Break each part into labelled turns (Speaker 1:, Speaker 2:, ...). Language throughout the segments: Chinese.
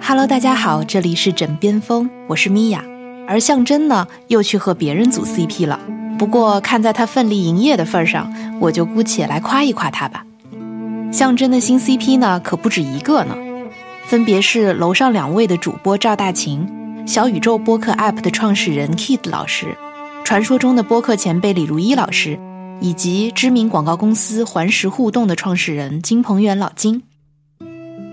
Speaker 1: Hello，大家好，这里是枕边风，我是米娅。而象征呢，又去和别人组 CP 了。不过看在他奋力营业的份儿上，我就姑且来夸一夸他吧。象征的新 CP 呢，可不止一个呢，分别是楼上两位的主播赵大琴、小宇宙播客 App 的创始人 Kid 老师、传说中的播客前辈李如一老师，以及知名广告公司环石互动的创始人金鹏元老金。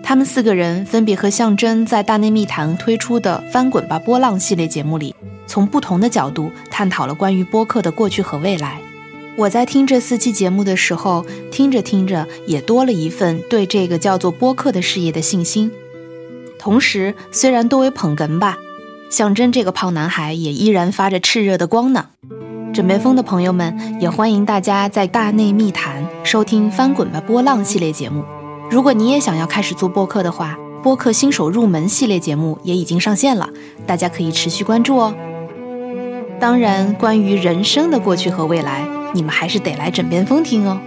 Speaker 1: 他们四个人分别和象征在大内密谈推出的《翻滚吧波浪》系列节目里，从不同的角度探讨了关于播客的过去和未来。我在听这四期节目的时候，听着听着也多了一份对这个叫做播客的事业的信心。同时，虽然多为捧哏吧，象征这个胖男孩也依然发着炽热的光呢。枕边风的朋友们，也欢迎大家在大内密谈收听《翻滚吧波浪》系列节目。如果你也想要开始做播客的话，播客新手入门系列节目也已经上线了，大家可以持续关注哦。当然，关于人生的过去和未来，你们还是得来枕边风听哦。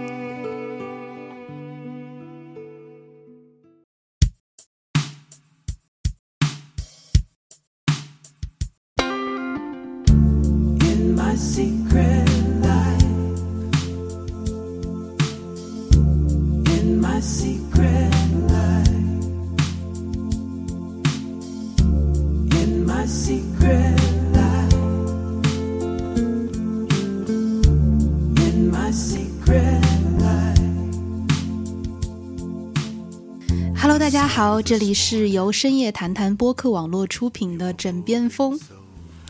Speaker 2: in my secret life. In my secret life. In my secret life. In my secret life.
Speaker 1: Hello，大家好，这里是由深夜谈谈播客网络出品的枕边风，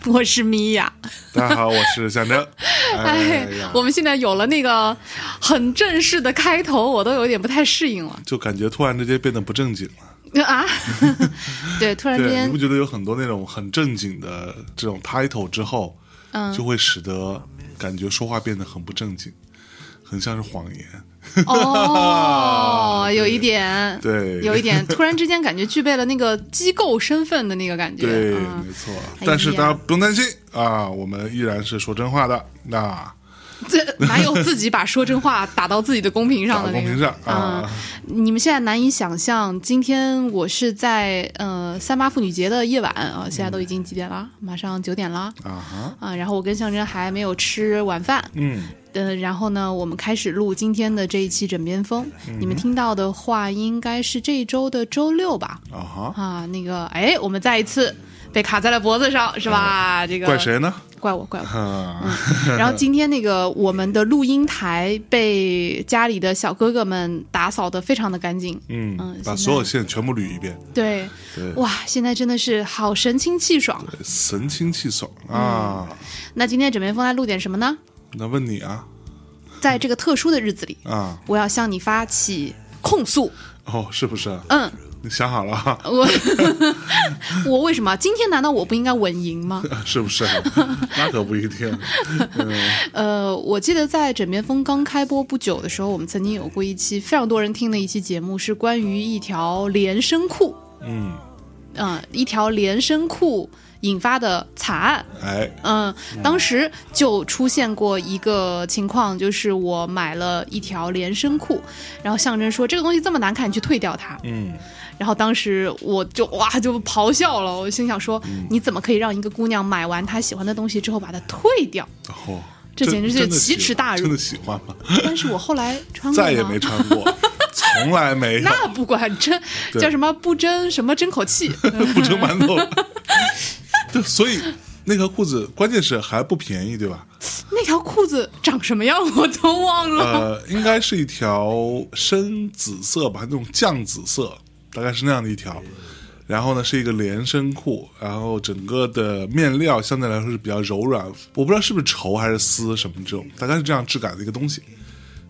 Speaker 3: 我是米娅。
Speaker 4: 大家好，我是象征。哎
Speaker 3: 哎
Speaker 4: 呀，，
Speaker 3: 我们现在有了那个很正式的开头，我都有点不太适应了
Speaker 4: 就感觉突然之间变得不正经了。
Speaker 3: 啊。 对，突然之
Speaker 4: 对，你
Speaker 3: 间
Speaker 4: 不，觉得有很多那种很正经的这种 title 之后，
Speaker 3: 嗯
Speaker 4: 就会使得感觉说话变得很不正经，很像是谎言。
Speaker 3: 哦，有一点，
Speaker 4: 对
Speaker 3: 有一点，突然之间感觉具备了那个机构身份的那个感觉。
Speaker 4: 对，
Speaker 3: 嗯
Speaker 4: 没错。但是
Speaker 3: 哎呀
Speaker 4: 大家不用担心啊，我们依然是说真话的。那
Speaker 3: 这哪有自己把说真话打到自己的公屏上
Speaker 4: 打
Speaker 3: 的那
Speaker 4: 公
Speaker 3: 个？
Speaker 4: 屏上
Speaker 3: 啊
Speaker 4: 啊，，
Speaker 3: 你们现在难以想象，今天我是在呃三八妇女节的夜晚啊、现在都已经几点了？马上九点了
Speaker 4: 啊哈，
Speaker 3: 啊、然后我跟象征还没有吃晚饭，
Speaker 4: 嗯，
Speaker 3: 呃，然后呢，我们开始录今天的这一期枕边风。
Speaker 4: 嗯
Speaker 3: 你们听到的话应该是这一周的周六吧？
Speaker 4: 啊哈，
Speaker 3: 啊，那个，哎，我们再一次被卡在了脖子上，是吧？这个
Speaker 4: 嗯怪？谁呢？
Speaker 3: 怪我，怪我。
Speaker 4: 啊，
Speaker 3: 然后今天那个我们的录音台被家里的小哥哥们打扫的非常的干净，嗯
Speaker 4: 嗯，
Speaker 3: 现在
Speaker 4: 把所有线全部捋一遍，
Speaker 3: 对，
Speaker 4: 对
Speaker 3: 哇，现在真的是好神清气爽。啊
Speaker 4: 神清气爽啊。
Speaker 3: 那今天枕边风来录点什么呢？
Speaker 4: 那问你啊
Speaker 3: 在这个特殊的日子里，
Speaker 4: 啊，
Speaker 3: 我要向你发起控诉。
Speaker 4: 哦，是不是啊？
Speaker 3: 嗯，哦
Speaker 4: 你想好了啊？
Speaker 3: 我 我为什么今天难道我不应该稳赢吗？
Speaker 4: 是 不是？那可不一定。
Speaker 3: 呃，我记得在枕边风刚开播不久的时候，我们曾经有过一期非常多人听的一期节目，是关于一条连身裤，
Speaker 4: 嗯，
Speaker 3: 嗯、一条连身裤引发的惨案。
Speaker 4: 哎，
Speaker 3: 嗯，当时就出现过一个情况，就是我买了一条连身裤，然后象征说这个东西这么难看，你去退掉它。
Speaker 4: 嗯，
Speaker 3: 然后当时我就哇就咆哮了，我心想说
Speaker 4: 嗯
Speaker 3: 你怎么可以让一个姑娘买完她喜欢的东西之后把它退 掉？
Speaker 4: 哦，
Speaker 3: 这简直是
Speaker 4: 真的
Speaker 3: 奇
Speaker 4: 喜
Speaker 3: 耻大辱
Speaker 4: 真的喜欢吗？
Speaker 3: 但是我后来穿过
Speaker 4: 再也
Speaker 3: 吗
Speaker 4: 没穿 过，从来没有，
Speaker 3: 那不管真
Speaker 4: 对
Speaker 3: 叫什么不争什么争口气，
Speaker 4: 不蒸馒头 了。对，所以那条裤子关键是还不便宜，对吧？
Speaker 3: 那条裤子长什么样我都忘了。
Speaker 4: 呃，应该是一条深紫色吧，那种酱紫色，大概是那样的一条。然后呢，是一个连身裤，然后整个的面料相对来说是比较柔软，我不知道是不是绸还是丝什么这种，大概是这样质感的一个东西。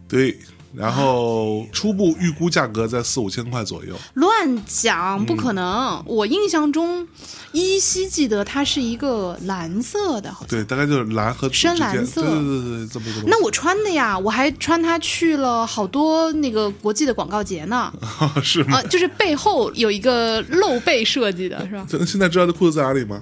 Speaker 4: 对，然后初步预估价格在四五千块左右。
Speaker 3: 乱讲，不可能！
Speaker 4: 嗯
Speaker 3: 我印象中依稀记得它是一个蓝色的，好像。
Speaker 4: 对，大概就是蓝和紫
Speaker 3: 深
Speaker 4: 之间
Speaker 3: 蓝色
Speaker 4: 对对对对，这么一个东西。
Speaker 3: 那我穿的呀，我还穿它去了好多那个国际的广告节 呢，呃
Speaker 4: 我是吗
Speaker 3: 啊，？就是背后有一个露背设计的，是吧？
Speaker 4: 咱现在知道这裤子在哪里吗？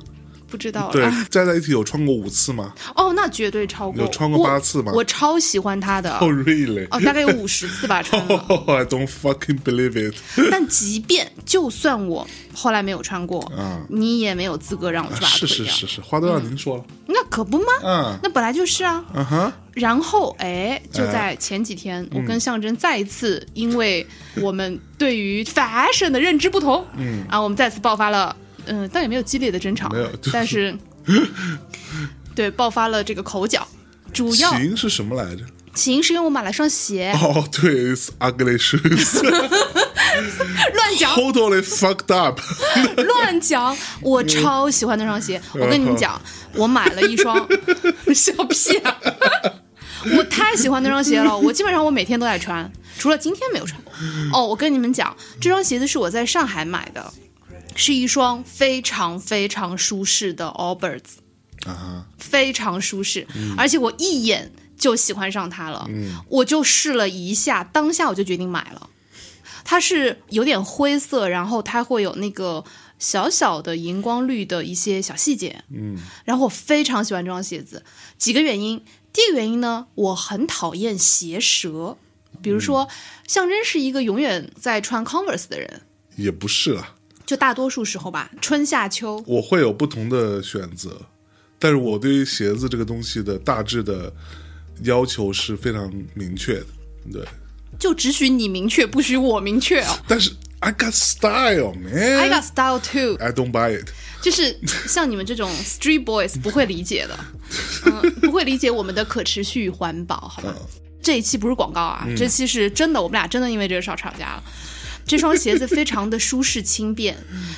Speaker 3: 不知道
Speaker 4: 对
Speaker 3: 了。，
Speaker 4: 加在一起有穿过五次吗？
Speaker 3: 哦，那绝对超过，
Speaker 4: 有穿过
Speaker 3: 我
Speaker 4: 八次吗
Speaker 3: 我超喜欢他的，
Speaker 4: 哦、oh,，really？
Speaker 3: 哦，大概有五十次吧，穿了。
Speaker 4: Oh, I don't fucking believe it！
Speaker 3: 但即便就算我后来没有穿过，
Speaker 4: 嗯
Speaker 3: 你也没有资格让我去把它
Speaker 4: 是
Speaker 3: 退掉。
Speaker 4: 啊是是是，话都让您说了。
Speaker 3: 那可不吗？
Speaker 4: 嗯
Speaker 3: 那本来就是啊。
Speaker 4: 嗯哼，
Speaker 3: 然后，哎，就在前几
Speaker 4: 哎
Speaker 3: 天，我
Speaker 4: 嗯
Speaker 3: 跟象征再一次因为我们对于 fashion 的认知不同，嗯啊，我们再次爆发了，嗯、倒也没有激烈的争吵，
Speaker 4: 没有就是
Speaker 3: 但 是对爆发了这个口角。主要
Speaker 4: 起因是什么来着？
Speaker 3: 起因是因为我买了双鞋，
Speaker 4: 哦，对，it's ugly shoes，totally
Speaker 3: 乱讲
Speaker 4: fucked up。
Speaker 3: 乱讲，我超喜欢那双鞋。我跟你们讲，我买了一双，笑屁啊！我太喜欢那双鞋了，我基本上我每天都在穿，除了今天没有穿。哦，我跟你们讲，这双鞋子是我在上海买的，是一双非常非常舒适的 Allbirds。
Speaker 4: 啊哈，
Speaker 3: 非常舒适，而且我一眼就喜欢上它了。我就试了一下，当下我就决定买了。它是有点灰色，然后它会有那个小小的荧光绿的一些小细节。嗯，然后我非常喜欢这双鞋子，几个原因。第一个原因呢，我很讨厌鞋舌，比如说，象征是一个永远在穿 Converse 的人，
Speaker 4: 也不是啦，
Speaker 3: 就大多数时候吧，春夏秋。
Speaker 4: 我会有不同的选择，但是我对鞋子这个东西的大致的要求是非常明确的。对，
Speaker 3: 就只许你明确，不许我明确哦。
Speaker 4: 但是 I got style, man.
Speaker 3: I got style too，
Speaker 4: I don't buy it.
Speaker 3: 就是像你们这种 street boys 不会理解的，嗯，不会理解我们的可持续与环保，好吗？这一期不是广告啊，这期是真的，我们俩真的因为这个事儿吵架了。这双鞋子非常的舒适轻便，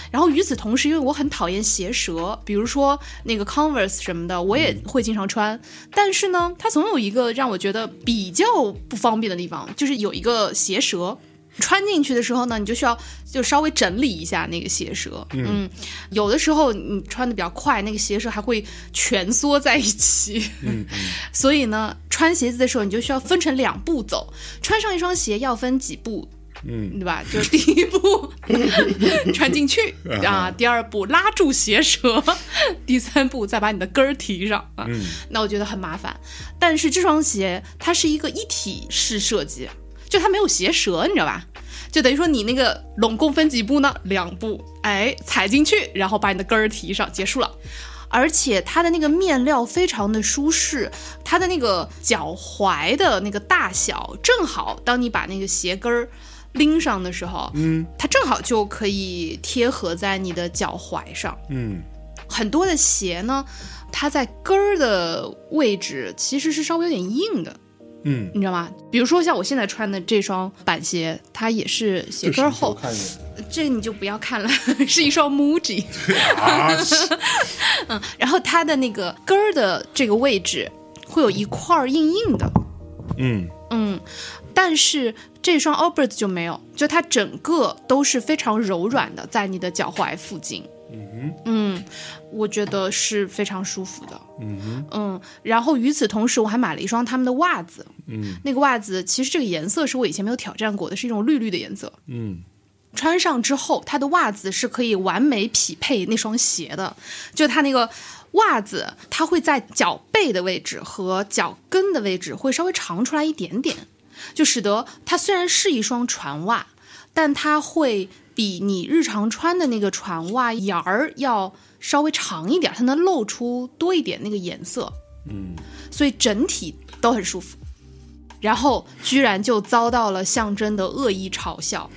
Speaker 3: 然后与此同时，因为我很讨厌鞋舌，比如说那个 Converse 什么的，我也会经常穿。但是呢，它总有一个让我觉得比较不方便的地方，就是有一个鞋舌。穿进去的时候呢，你就需要就稍微整理一下那个鞋舌，嗯，有的时候你穿的比较快，那个鞋舌还会蜷缩在一起，所以呢，穿鞋子的时候你就需要分成两步走，穿上一双鞋要分几步。嗯，对吧？ 就是第一步穿进去啊，第二步拉住鞋舌，第三步再把你的跟儿提上啊。那我觉得很麻烦，但是这双鞋它是一个一体式设计，就它没有鞋舌，你知道吧？就等于说你那个拢共分几步呢？两步，哎，踩进去，然后把你的跟儿提上，结束了。而且它的那个面料非常的舒适，它的那个脚踝的那个大小正好，当你把那个鞋跟儿拎上的时候，嗯，它正好就可以贴合在你的脚踝上。
Speaker 4: 嗯，
Speaker 3: 很多的鞋呢，它在跟儿的位置其实是稍微有点硬的，
Speaker 4: 嗯，
Speaker 3: 你知道吗？比如说像我现在穿的这双板鞋，它也是鞋跟儿厚，
Speaker 4: 看一眼
Speaker 3: 这你就不要看了， 是一双 MUJI。
Speaker 4: 啊，
Speaker 3: 然后它的那个跟儿的这个位置会有一块儿硬硬的，
Speaker 4: 嗯，
Speaker 3: 嗯，但是这双 Allbirds 就没有，就它整个都是非常柔软的，在你的脚踝附近。嗯我觉得是非常舒服的。嗯然后与此同时，我还买了一双他们的袜子。嗯，那个袜子其实这个颜色是我以前没有挑战过的，是一种绿绿的颜色。
Speaker 4: 嗯，
Speaker 3: 穿上之后，它的袜子是可以完美匹配那双鞋的，就它那个。袜子它会在脚背的位置和脚跟的位置会稍微长出来一点点，就使得它虽然是一双船袜，但它会比你日常穿的那个船袜沿儿要稍微长一点，它能露出多一点那个颜色。嗯，所以整体都很舒服。然后居然就遭到了象征的恶意嘲笑。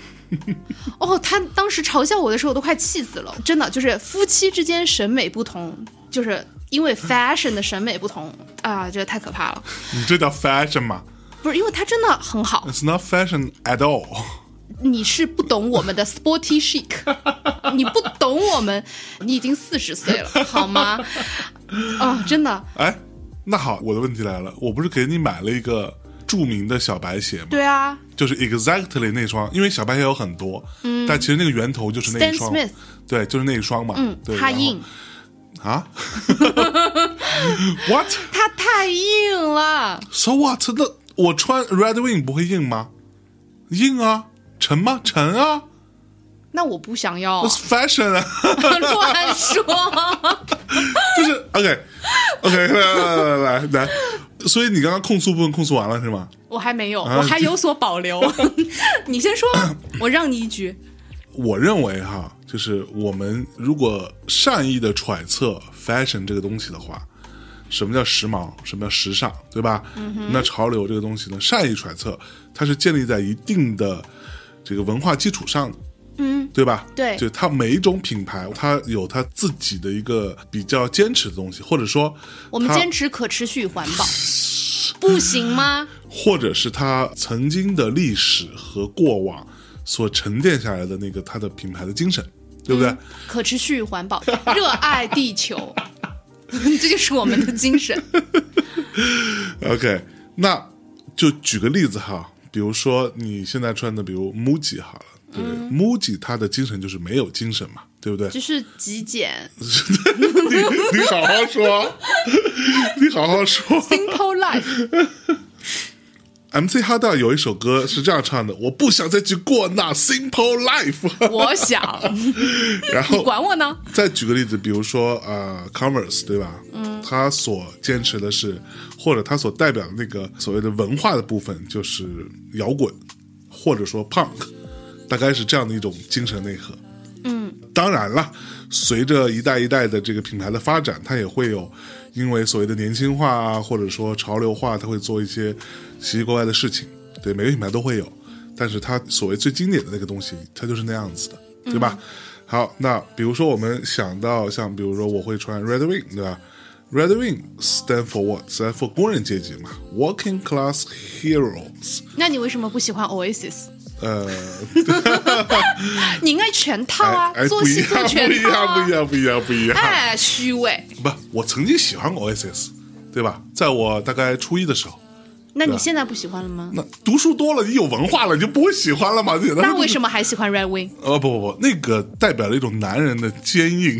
Speaker 3: 哦，他当时嘲笑我的时候，我都快气死了。真的，就是夫妻之间审美不同，就是因为 fashion 的审美不同啊，这太可怕了。
Speaker 4: 你这叫 fashion 吗
Speaker 3: 不是，因为它真的很好，
Speaker 4: ？It's not fashion at all。
Speaker 3: 你是不懂我们的 sporty chic，你不懂我们，你已经四十岁了，好吗？啊、真的，
Speaker 4: 哎，那好，我的问题来了，我不是给你买了一个著名的小白鞋吗？
Speaker 3: 对啊，
Speaker 4: 就是 exactly 那双，因为小白鞋有很多，嗯，但其实那个源头就是那一
Speaker 3: Stan
Speaker 4: 双
Speaker 3: Smith
Speaker 4: 对，就是那一双嘛，嗯对，
Speaker 3: 它
Speaker 4: 然后
Speaker 3: 硬，
Speaker 4: 啊 ，what
Speaker 3: 它太硬了，
Speaker 4: so what？那我穿 Red Wing 不会硬吗？硬啊，沉吗？沉啊，
Speaker 3: 那我不想要
Speaker 4: It's fashion 啊，
Speaker 3: 乱说，
Speaker 4: 就是 OK OK 来来来来来来，所以你刚刚控诉部分控诉完了是吗？
Speaker 3: 我还没有，
Speaker 4: 啊
Speaker 3: 我还有所保留。你先说，我让你一局。
Speaker 4: 我认为哈，就是我们如果善意的揣测 fashion 这个东西的话，什么叫时髦，什么叫时尚，对吧？
Speaker 3: 嗯
Speaker 4: 那潮流这个东西呢，善意揣测，它是建立在一定的这个文化基础上的。嗯，对吧？
Speaker 3: 对
Speaker 4: 就它每一种品牌，它有它自己的一个比较坚持的东西，或者说
Speaker 3: 我们
Speaker 4: 它
Speaker 3: 坚持可持续环保，不行吗？
Speaker 4: 或者是它曾经的历史和过往所沉淀下来的那个它的品牌的精神，对不对？
Speaker 3: 可持续环 保，热爱地球， 这就是我们的精 神。
Speaker 4: OK，那就举个例子哈，比如说你现在穿的，比如 MUJI 好了，对、MUJI 它的精神就是没有精神嘛，对不对？
Speaker 3: 嗯就是极简
Speaker 4: 你你好好说， 你好好说。
Speaker 3: ，simple life。
Speaker 4: MC 哈大有一首歌是这样唱的：“我不想再去过那 simple life。
Speaker 3: 我想，”
Speaker 4: 然
Speaker 3: 你
Speaker 4: 后
Speaker 3: 管我呢？
Speaker 4: 再举个例子，比如说呃，Converse 对吧？嗯，他所坚持的是，或者他所代表的那个所谓的文化的部分，就是摇滚，或者说 punk，大概是这样的一种精神内核。嗯，当然了，随着一代一代的这个品牌的发展，它也会有因为所谓的年轻化啊，或者说潮流化，它会做一些奇奇怪怪的事情。对，每个品牌都会有，但是它所谓最经典的那个东西，它就是那样子的，对
Speaker 3: 嗯
Speaker 4: 吧？好，那比如说我们想到像，比如说我会穿 Red Wing，对吧？Red Wing stand for what？stand for 工人阶级嘛，working class heroes。
Speaker 3: 那你为什么不喜欢 Oasis？
Speaker 4: 呃，
Speaker 3: 你应该全套啊
Speaker 4: 哎，哎，
Speaker 3: 做
Speaker 4: 不一
Speaker 3: 戏做
Speaker 4: 样，不
Speaker 3: 全
Speaker 4: 一
Speaker 3: 套
Speaker 4: 样，不
Speaker 3: 啊
Speaker 4: 一！样，不一样，不一样。
Speaker 3: 哎，虚伪。
Speaker 4: 不，我曾经喜欢过 Oasis，对吧？在我大概初一的时候，
Speaker 3: 那你现在不喜欢了吗？
Speaker 4: 那读书多了，你有文化了，你就不会喜欢了嘛？
Speaker 3: 那为什
Speaker 4: 么？
Speaker 3: 么还喜欢 Red Wing？
Speaker 4: 呃，不不不，那个代表了一种男人的坚硬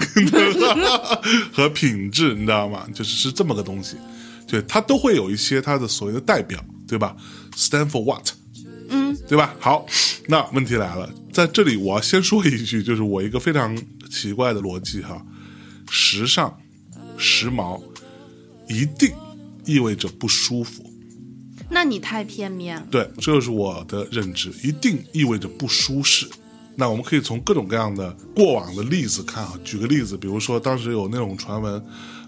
Speaker 4: 和品质，你知道吗？就是是这么个东西，对，它都会有一些它的所谓的代表，对吧？Stand for what？嗯，对吧？好，那问题来了，在这里我要先说一句，就是我一个非常奇怪的逻辑哈，时尚、时髦一定意味着不舒服，
Speaker 3: 那你太片面了。
Speaker 4: 对，这就是我的认知，一定意味着不舒适。那我们可以从各种各样的过往的例子看啊，举个例子，比如说当时有那种传闻，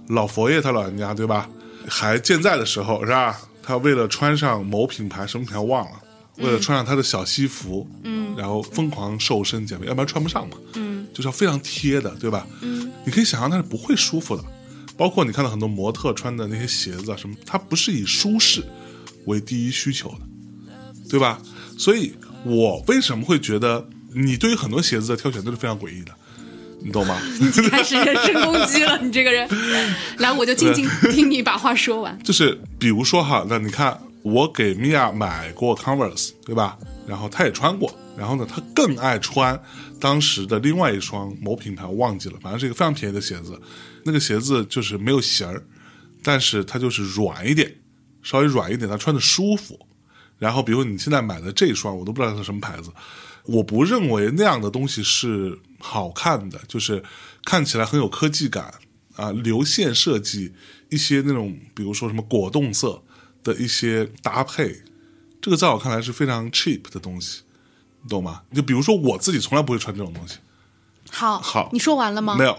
Speaker 4: 老佛爷他老人家对吧，还健在的时候是吧？他为了穿上某品牌什么品牌忘了，为了穿上他的小西服，嗯，然后疯狂瘦身减肥，要不然穿不上嘛，嗯，就是要非常贴的，对吧？嗯，你可以想象他是不会舒服的，包括你看到很多模特穿的那些鞋子啊什么，它不是以舒适为第一需求的，对吧？所以我为什么会觉得你对于很多鞋子的挑选都是非常诡异的，你懂吗？
Speaker 3: 开始人身攻击了，你这个人。来，我就静静听你把话说 完。
Speaker 4: 就是比如说哈，那你看我给米娅买过 Converse，对吧？然后她也穿过，然后呢，她更爱穿当时的另外一双某品牌我忘记了，反正是一个非常便宜的鞋子，那个鞋子就是没有鞋儿，但是它就是软一点，稍微软一点，它穿的舒服。然后，比如你现在买的这一双，我都不知道它是什么牌子，我不认为那样的东西是好看的，就是看起来很有科技感啊，流线设计，一些那种比如说什么果冻色的一些搭配，这个在我看来是非常 cheap 的东西，你懂吗？就比如说我自己从来不会穿这种东西，
Speaker 3: 好，
Speaker 4: 好
Speaker 3: 你说完了吗？
Speaker 4: 没有。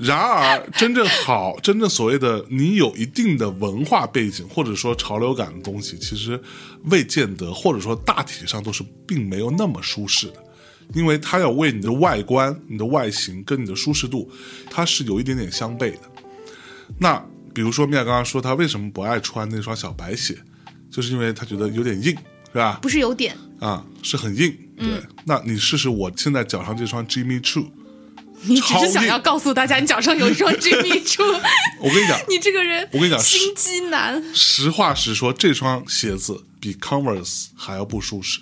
Speaker 4: 然而，真正好，真正所谓的你有一定的文化背景或者说潮流感的东西，其实未见得，或者说大体上都是并没有那么舒适的，因为它要为你的外观、你的外形跟你的舒适度，它是有一点点相悖的。那比如说，米娅刚刚说她为什么不爱穿那双小白鞋，就是因为她觉得有点硬，是吧？
Speaker 3: 不是有点，
Speaker 4: 啊，是很硬。对，那你试试我现在脚上这双 Jimmy Choo，
Speaker 3: 你只
Speaker 4: 超
Speaker 3: 是
Speaker 4: 硬
Speaker 3: 想要告诉大家你脚上有一双 Jimmy Choo。
Speaker 4: 我跟你讲，
Speaker 3: 你这个人，
Speaker 4: 我跟你讲是
Speaker 3: 心机男。
Speaker 4: 实话实说，这双鞋子比 Converse 还要不舒适。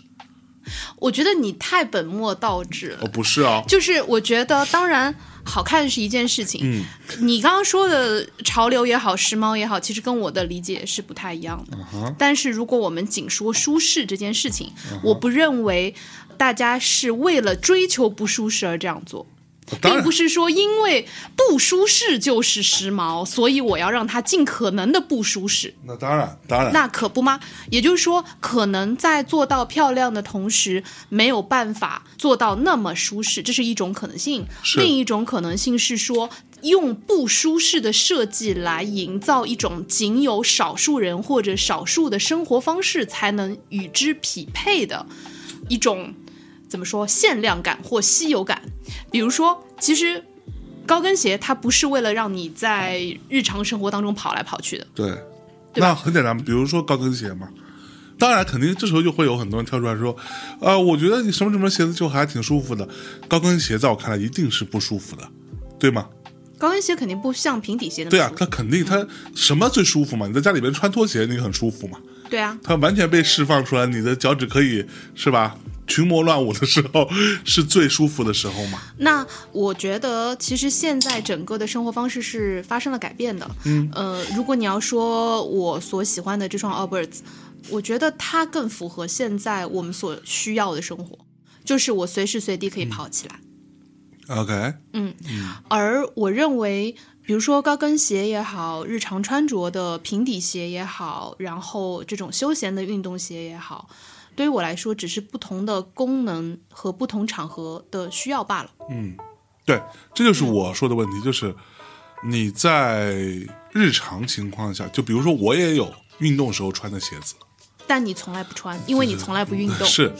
Speaker 3: 我觉得你太本末倒置了
Speaker 4: 哦，。不是啊、
Speaker 3: 就是我觉得，当然好看是一件事情。嗯，你刚刚说的潮流也好，时髦也好，其实跟我的理解是嗯嗯不太一样的。但是如果我们仅说舒适这件事情我不认为大家是为了追求不舒适而这样做，
Speaker 4: 当
Speaker 3: 并
Speaker 4: 然
Speaker 3: 不是说因为不舒适就是时髦，所以我要让它尽可能的不舒适。
Speaker 4: 那当然当然，
Speaker 3: 那可不吗？也就是说，可能在做到漂亮的同时，没有办法做到那么舒适，这是一种可能性。
Speaker 4: 是
Speaker 3: 另一种可能性是说，用不舒适的设计来营造一种仅有少数人或者少数的生活方式才能与之匹配的一种怎么说限量感或稀有感。比如说，其实。高跟鞋它不是为了让你在日常生活当中跑来跑去的，
Speaker 4: 对，
Speaker 3: 对吧
Speaker 4: 那很简单，比如说高跟鞋嘛。当然，肯定这时候就会有很多人跳出来说：“啊、我觉得你什么什么鞋子就还挺舒服的，高跟鞋在我看来一定是不舒服的，对吗？”
Speaker 3: 高跟鞋肯定不像平底鞋那么
Speaker 4: 对啊
Speaker 3: 舒，服
Speaker 4: 它肯定它什么最舒服嘛？你在家里边穿拖鞋，你很舒服嘛？
Speaker 3: 对啊，
Speaker 4: 它完全被释放出来，你的脚趾可以是吧？群魔乱舞的时候 是最舒服的时候嘛？
Speaker 3: 那我觉得其实现在整个的生活方式是发生了改变的。嗯，呃，如果你要说我所喜欢的这双 Alberts，我觉得它更符合现在我们所需要的生活，就是我随时随地
Speaker 4: 嗯
Speaker 3: 可以跑起来。
Speaker 4: OK，
Speaker 3: 而我认为，比如说高跟鞋也好，日常穿着的平底鞋也好，然后这种休闲的运动鞋也好，对于我来说，只是不同的功能和不同场合的需要罢了。
Speaker 4: 嗯对，这就是我说的问题，就是你在日常情况下，就比如说我也有运动时候穿的鞋子，
Speaker 3: 但你从来不穿，因为你从来不运动。
Speaker 4: 嗯是，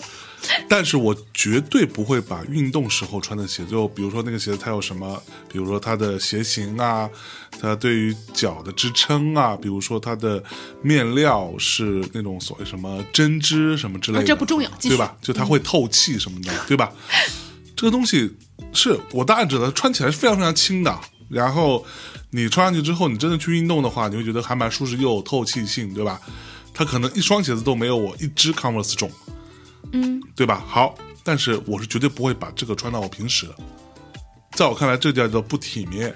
Speaker 4: 但是我绝对不会把运动时候穿的鞋，就比如说那个鞋子它有什么，比如说它的鞋型啊，它对于脚的支撑啊，比如说它的面料是那种所谓什么针织什么之类的，
Speaker 3: 啊这不重要继续嗯
Speaker 4: 对吧？就它会透气什么的，对吧？这个东西是我当然知道，穿起来是非常非常轻的。然后你穿上去之后，你真的去运动的话，你会觉得还蛮舒适，又有透气性，对吧？它可能一双鞋子都没有我一只 Converse 重，嗯，对吧？好，但是我是绝对不会把这个穿到我平时的，在我看来，这叫做不体面，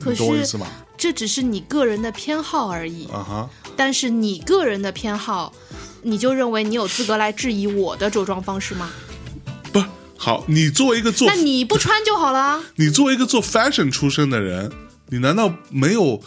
Speaker 3: 可
Speaker 4: 你懂我意思
Speaker 3: 是
Speaker 4: 吗？
Speaker 3: 这只是你个人的偏好而已。
Speaker 4: 啊哈，
Speaker 3: 但是你个人的偏好，你就认为你有资格来质疑我的着装方式吗？
Speaker 4: 不是好，你作为一个做
Speaker 3: 那你不穿就好了啊。
Speaker 4: 你作为一个做 fashion 出身的人，你难道没有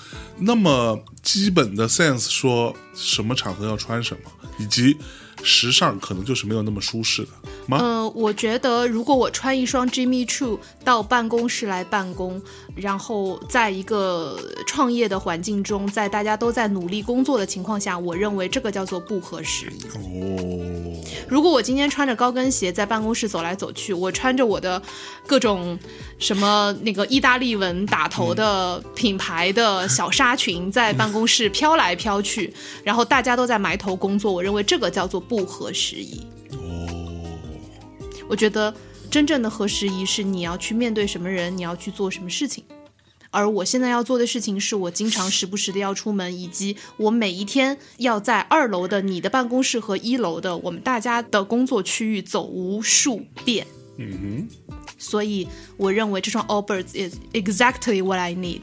Speaker 4: 那么基本的 sense 说什么场合要穿什么，以及时尚可能就是没有那么舒适的吗？
Speaker 3: 嗯、我觉得如果我穿一双 Jimmy Choo 到办公室来办公，然后在一个创业的环境中，在大家都在努力工作的情况下，我认为这个叫做不合时宜。
Speaker 4: 哦，
Speaker 3: 如果我今天穿着高跟鞋在办公室走来走去，我穿着我的各种什么那个意大利文打头的品牌的小纱裙在办公室飘来飘去，然后大家都在埋头工作，我认为这个叫做不合时宜。
Speaker 4: 哦
Speaker 3: 我觉得真正的合时宜是你要去面对什么人，你要去做什么事情。而我现在要做的事情是我经常时不时的要出门，以及我每一天要在二楼的你的办公室和一楼的我们大家的工作区域走无数遍。
Speaker 4: 嗯
Speaker 3: 所以我认为这双 Allbirds is exactly what I need。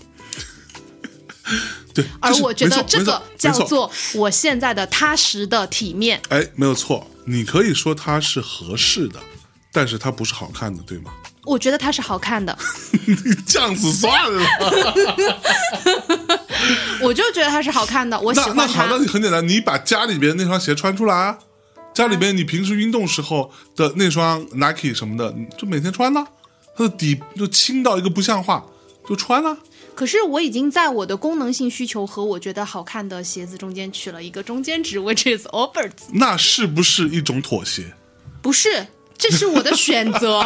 Speaker 4: 哼，对，
Speaker 3: 而
Speaker 4: 这是
Speaker 3: 我觉
Speaker 4: 没
Speaker 3: 得
Speaker 4: 错
Speaker 3: 这个
Speaker 4: 没错
Speaker 3: 叫
Speaker 4: 没错
Speaker 3: 做我现在的踏实的体面。
Speaker 4: 哎，没有错，你可以说它是合适的，但是它不是好看的，对吗？
Speaker 3: 我觉得它是好看的，
Speaker 4: 你 这样子算了，
Speaker 3: 我就觉得它是好看的，我喜
Speaker 4: 那那
Speaker 3: 欢
Speaker 4: 好，那
Speaker 3: 它。
Speaker 4: 你很简单，你把家里边那双鞋穿出来啊，家里边你平时运动时候的那双 Nike 什么的，你就每天穿呢、它的底就轻到一个不像话，就穿了、
Speaker 3: 可是我已经在我的功能性需求和我觉得好看的鞋子中间取了一个中间值，which is Allbirds。
Speaker 4: 那是不是一种妥协？
Speaker 3: 不是，这是我的选 择。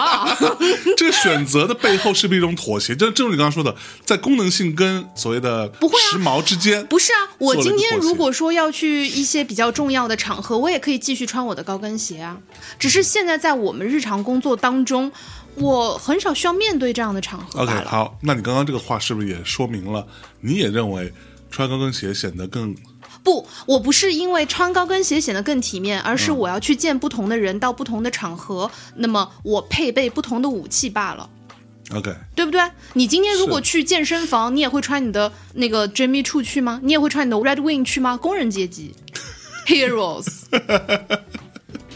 Speaker 4: 这个选择的背后是不是一种妥协？就正如你刚刚说的，在功能性跟所谓的
Speaker 3: 不会啊
Speaker 4: 时髦之间，
Speaker 3: 不是啊，我
Speaker 4: 做了一
Speaker 3: 今
Speaker 4: 个
Speaker 3: 天
Speaker 4: 妥协
Speaker 3: 如果说要去一些比较重要的场合，我也可以继续穿我的高跟鞋啊。只是现在在我们日常工作当中，我很少需要面对这样的场合罢
Speaker 4: OK，
Speaker 3: 了。
Speaker 4: 好，那你刚刚这个话是不是也说明了，你也认为穿高跟鞋显得更
Speaker 3: 不，我不是因为穿高跟鞋显得更体面，而
Speaker 4: 嗯
Speaker 3: 是我要去见不同的人，到不同的场合，那么我配备不同的武器罢了。
Speaker 4: OK？
Speaker 3: 对不对？你今天如果
Speaker 4: 是
Speaker 3: 去健身房，你也会穿你的那个 Jimmy Choo 去吗？你也会穿你的 Red Wing 去吗？工人阶 级 Heroes。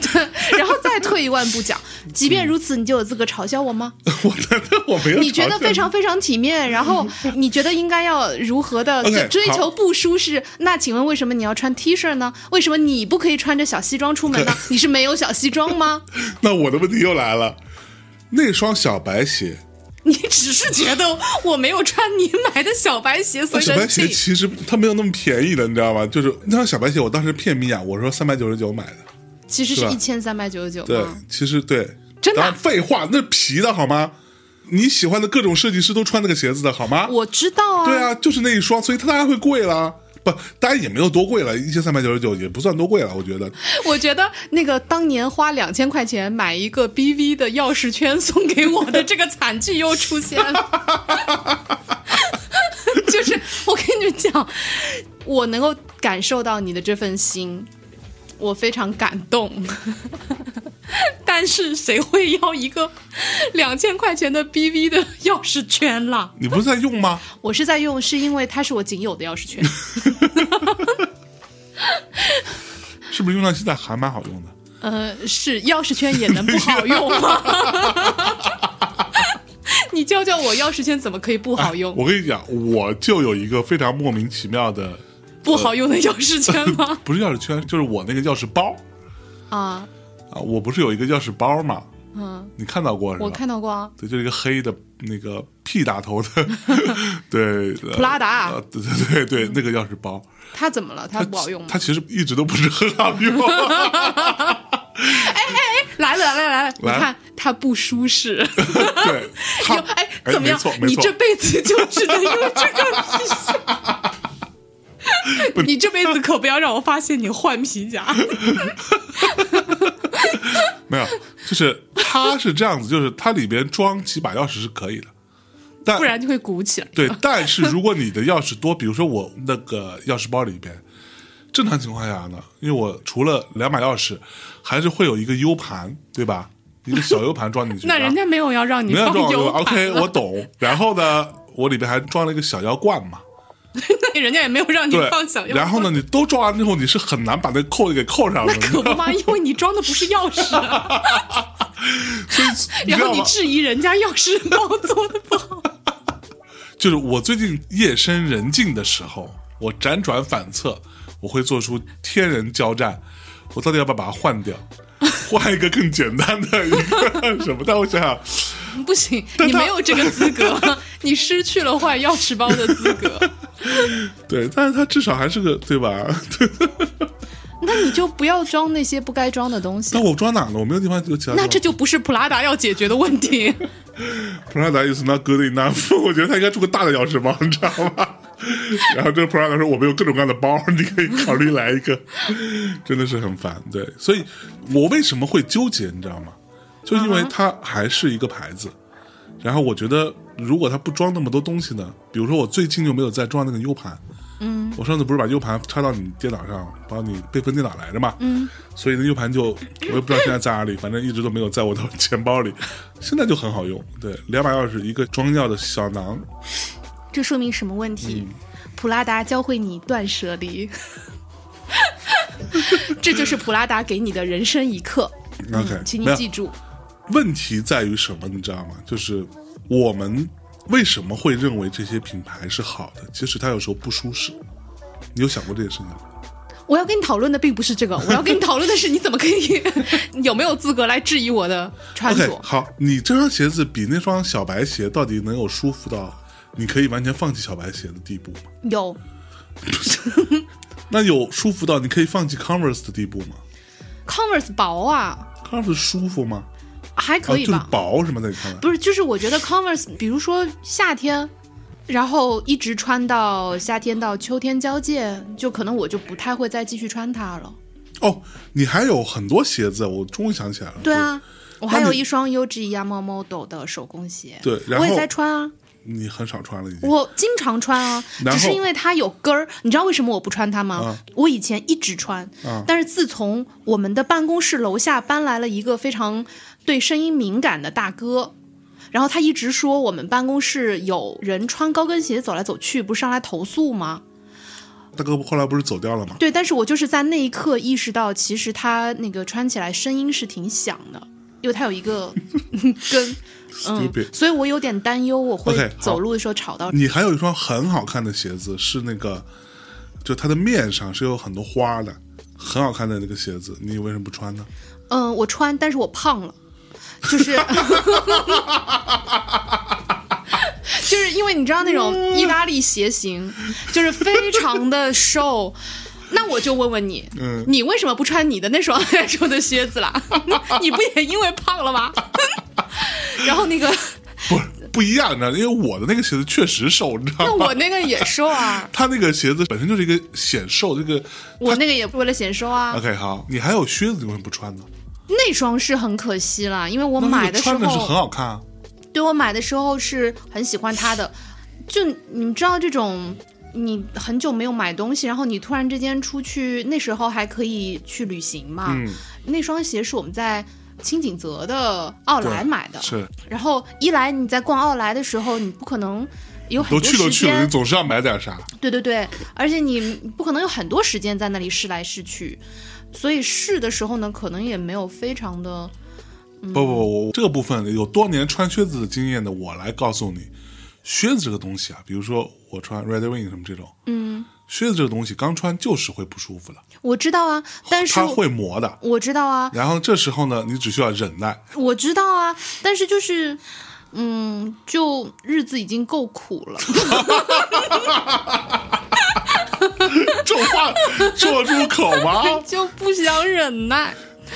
Speaker 3: 对，然后再退一万步讲，即便如此，你就有资格嘲笑我吗？
Speaker 4: 我觉得我没有
Speaker 3: 你觉
Speaker 4: 嘲
Speaker 3: 得
Speaker 4: 笑
Speaker 3: 非常非常体面，然后你觉得应该要如何的
Speaker 4: OK，
Speaker 3: 追
Speaker 4: 好
Speaker 3: 求不舒适？那请问为什么你要穿 T 恤呢？为什么你不可以穿着小西装出门 呢？你是没有小西装吗？
Speaker 4: 那我的问题又来了，那双小白鞋，
Speaker 3: 你只是觉得我没有穿你买的小白鞋，所
Speaker 4: 那
Speaker 3: 以
Speaker 4: 小白
Speaker 3: 生
Speaker 4: 鞋
Speaker 3: 气。
Speaker 4: 其实它没有那么便宜的，你知道吗？就是那双小白鞋，我当时骗米娅，我说三百九十九买的，
Speaker 3: 其实
Speaker 4: 是
Speaker 3: 是
Speaker 4: 吧
Speaker 3: 一千三百九十九
Speaker 4: 对，
Speaker 3: 吗？
Speaker 4: 其实对，
Speaker 3: 真的啊
Speaker 4: 当然废话，那皮的好吗？你喜欢的各种设计师都穿那个鞋子的好吗？
Speaker 3: 我知道啊，
Speaker 4: 对啊，就是那一双，所以它当然会贵啦。不，当然也没有多贵了，一千三百九十九也不算多贵了，我觉得。
Speaker 3: 我觉得那个当年花两千块钱买一个 BV 的钥匙圈送给我的这个惨剧又出现了， 就是我跟你们讲，我能够感受到你的这份心，我非常感动。 但是谁会要一个两千块钱的 BV 的钥匙圈啦？
Speaker 4: 你不是在用吗？
Speaker 3: 我是在用，是因为它是我仅有的钥匙圈。
Speaker 4: 是不是用到现在还蛮好用的？
Speaker 3: 呃，是钥匙圈也能不好用 吗？你教教我，钥匙圈怎么可以不好用？
Speaker 4: 哎我跟你讲，我就有一个非常莫名其妙的，
Speaker 3: 不好用的钥匙圈吗
Speaker 4: ？不是钥匙圈，就是我那个钥匙包
Speaker 3: 啊，
Speaker 4: 啊。我不是有一个钥匙包吗？嗯，你看到过是吧？
Speaker 3: 我看到过啊，
Speaker 4: 对，就是一个黑的那个 P 打 头的，对，普
Speaker 3: 普拉达
Speaker 4: 呃、对对对对，那个钥匙包，
Speaker 3: 它怎么了？它不好用啊吗
Speaker 4: 它？其实一直都不是很好 用。
Speaker 3: 来了来了来了，你
Speaker 4: 来
Speaker 3: 看它不舒 适。
Speaker 4: 对，它
Speaker 3: 有哎，
Speaker 4: 哎
Speaker 3: 怎么样
Speaker 4: 没错？没
Speaker 3: 你
Speaker 4: 错
Speaker 3: 这辈子就只能用这个皮夹，你这辈子可不要让我发现你换皮夹。
Speaker 4: 没有，就是它是这样子，就是它里边装几把钥匙是可以的，但
Speaker 3: 不然就会鼓起来。
Speaker 4: 对，但是如果你的钥匙多，比如说我那个钥匙包里边，正常情况下呢，因为我除了两把钥匙，还是会有一个 U 盘，对吧？一个小 U 盘装进去，
Speaker 3: 那人家没有要让你
Speaker 4: 没有
Speaker 3: 放
Speaker 4: 装
Speaker 3: 油
Speaker 4: OK，我懂。然后呢，我里边还装了一个小药罐嘛，
Speaker 3: 那人家也没有让你
Speaker 4: 对
Speaker 3: 放小。药。
Speaker 4: 然后呢，你都装完之后，你是很难把那扣子给扣上的，
Speaker 3: 那可不嘛，因为你装的不是钥匙啊、
Speaker 4: 知
Speaker 3: 然
Speaker 4: 道
Speaker 3: 后你
Speaker 4: 吗
Speaker 3: 质疑人家钥匙包做的不好。
Speaker 4: 就是我最近夜深人静的时候，我辗转反侧，我会做出天人交战，我到底要不要把它换掉？换一个更简单的一个什么？但我想 想，
Speaker 3: 不行，
Speaker 4: 但
Speaker 3: 你
Speaker 4: 他
Speaker 3: 没有这个资 格，你失去了换钥匙包的资格。
Speaker 4: 对，但是它至少还是个对吧？对
Speaker 3: 那你就不要装那些不该装的东西
Speaker 4: 但。我装哪了？我没有地方有其他地方。
Speaker 3: 那这就不是普拉达要解决的问 题。
Speaker 4: Prada is not good enough，我觉得他应该出个大的钥匙包，你知道吗？然后这个 Prada 说我们有各种各样的包，你可以考虑来一个，真的是很烦。对，所以我为什么会纠结，你知道吗？就因为它还是一个牌子，然后我觉得如果它不装那么多东西呢，比如说我最近就没有再装那个 U 盘，嗯，我上次不是把 U 盘插到你电脑上，帮你备份电脑来着嘛，嗯，所以那 U 盘就我也不知道现在在哪里，反正一直都没有在我的 钱包里，现在就很好用，对，两把钥匙一个装药的小囊，
Speaker 3: 这说明什么问题？普拉达教会你断舍 离，这就是普拉达给你的人生一课。
Speaker 4: OK，
Speaker 3: 嗯请
Speaker 4: 没
Speaker 3: 你
Speaker 4: 有
Speaker 3: 记住，
Speaker 4: 问题在于什么，你知道吗？就是我们为什么会认为这些品牌是好的，其实它有时候不舒适。你有想过这件事情吗？
Speaker 3: 我要跟你讨论的并不是这个，我要跟你讨论的是你怎么可以 有没有资格来质疑我的穿
Speaker 4: OK，
Speaker 3: 着。
Speaker 4: 好，你这双鞋子比那双小白鞋到底能有舒服到你可以完全放弃小白鞋的地步吗？
Speaker 3: 有，
Speaker 4: 那有舒服到你可以放弃 Converse 的地步吗
Speaker 3: Converse 薄啊，
Speaker 4: ？Converse 舒服吗？
Speaker 3: 还可以
Speaker 4: 啊、就
Speaker 3: 吧？
Speaker 4: 是薄是吗？在你看来，
Speaker 3: 不是，就是我觉得 Converse，比如说夏天，然后一直穿到夏天到秋天交界，就可能我就不太会再继续穿它了。
Speaker 4: 哦，你还有很多鞋子，我终于想起来了。
Speaker 3: 对啊，我还
Speaker 4: 那
Speaker 3: 有
Speaker 4: 你
Speaker 3: 一双 UGG 亚猫 model 的手工鞋，
Speaker 4: 对然
Speaker 3: 我也
Speaker 4: 后
Speaker 3: 在穿啊。
Speaker 4: 对，你很少穿了已经。
Speaker 3: 我经常穿啊，
Speaker 4: 然
Speaker 3: 只
Speaker 4: 后
Speaker 3: 是因为它有跟儿。你知道为什么我不穿它吗？
Speaker 4: 啊
Speaker 3: 我以前一直穿，
Speaker 4: 啊
Speaker 3: 但是自从我们的办公室楼下搬来了一个非常对声音敏感的大哥。然后他一直说我们办公室有人穿高跟鞋走来走去，不是上来投诉吗？
Speaker 4: 大哥后来不是走掉了吗？
Speaker 3: 对，但是我就是在那一刻意识到，其实他那个穿起来声音是挺响的。因为它有一个 跟，嗯
Speaker 4: Stupid，
Speaker 3: 所以我有点担忧我会
Speaker 4: OK，好
Speaker 3: 走路的时候吵到。
Speaker 4: 你还有一双很好看的鞋子，是那个，就它的面上是有很多花的，很好看的那个鞋子，你为什么不穿呢？
Speaker 3: 嗯，我穿，但是我胖了，就是，就是因为你知道那种意大利鞋型，就是非常的瘦。那我就问问你，
Speaker 4: 嗯
Speaker 3: 你为什么不穿你的那双 瘦的靴子啦？你不也因为胖了吗？ 然后那个，
Speaker 4: 不是不一样，你知道，因为我的那个鞋子确实瘦，你知
Speaker 3: 那
Speaker 4: 道吗？
Speaker 3: 我那个也瘦啊，
Speaker 4: 它那个鞋子本身就是一个显瘦，这个
Speaker 3: 我那个也为了显瘦 啊。
Speaker 4: OK 好，你还有靴子你为什么不穿呢？
Speaker 3: 那双是很可惜啦，因为我
Speaker 4: 那
Speaker 3: 买
Speaker 4: 个
Speaker 3: 的时
Speaker 4: 穿
Speaker 3: 候
Speaker 4: 的是很好看啊，
Speaker 3: 对我买的时候是很喜欢它的，就你们知道这种。你很久没有买东西，然后你突然之间出去，那时候还可以去旅行嘛？
Speaker 4: 嗯，
Speaker 3: 那双鞋是我们在清景泽的奥莱
Speaker 4: 对
Speaker 3: 买的。
Speaker 4: 是
Speaker 3: 然后一来你在逛奥莱的时候，你不可能有很
Speaker 4: 都
Speaker 3: 多
Speaker 4: 去
Speaker 3: 时
Speaker 4: 都
Speaker 3: 间，
Speaker 4: 去了，你总是要买点啥。
Speaker 3: 对对对，而且你不可能有很多时间在那里试来试去，所以试的时候呢，可能也没有非常的嗯
Speaker 4: 不不不，我这个部分有多年穿靴子的经验的，我来告诉你，靴子这个东西啊，比如说我穿 Red Wing 什么这种，嗯，靴子这个东西刚穿就是会不舒服的，
Speaker 3: 我知道啊，但是
Speaker 4: 它
Speaker 3: 我
Speaker 4: 会磨的。
Speaker 3: 我知道啊，
Speaker 4: 然后这时候呢，你只需要忍耐。
Speaker 3: 我知道啊，但是就是，嗯，就日子已经够苦了。
Speaker 4: 这 种话说得出口吗？
Speaker 3: 就不想忍耐，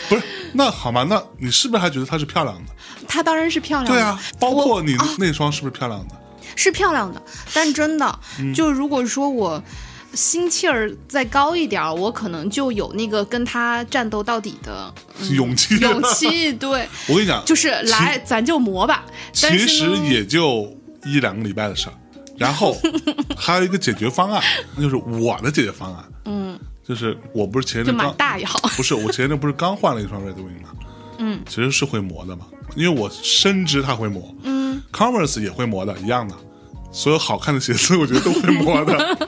Speaker 4: 不是，那好嘛，那你是不是还觉得它是漂亮的？
Speaker 3: 她当然是漂亮的，
Speaker 4: 对啊，包括
Speaker 3: 嗯我
Speaker 4: 你那双是不是漂亮的？
Speaker 3: 是漂亮的，但真的，就如果说我心气儿再高一点儿，我可能就有那个跟她战斗到底的
Speaker 4: 勇气，
Speaker 3: 嗯勇。气。对，
Speaker 4: 我跟你讲，
Speaker 3: 就是来，咱就磨吧。但
Speaker 4: 其
Speaker 3: 是
Speaker 4: 实
Speaker 3: 呢
Speaker 4: 也就一两个礼拜的事儿。然后还有一个解决方案，那就是我的解决方案。嗯，就是我不是前一
Speaker 3: 就
Speaker 4: 阵
Speaker 3: 买
Speaker 4: 刚
Speaker 3: 大也好。
Speaker 4: 不是我前一阵不是刚换了一双 Red Wing 吗？嗯，其实是会磨的嘛，因为我深知它会磨。嗯，Converse 也会磨的，一样的。所有好看的鞋子，我觉得都会磨的，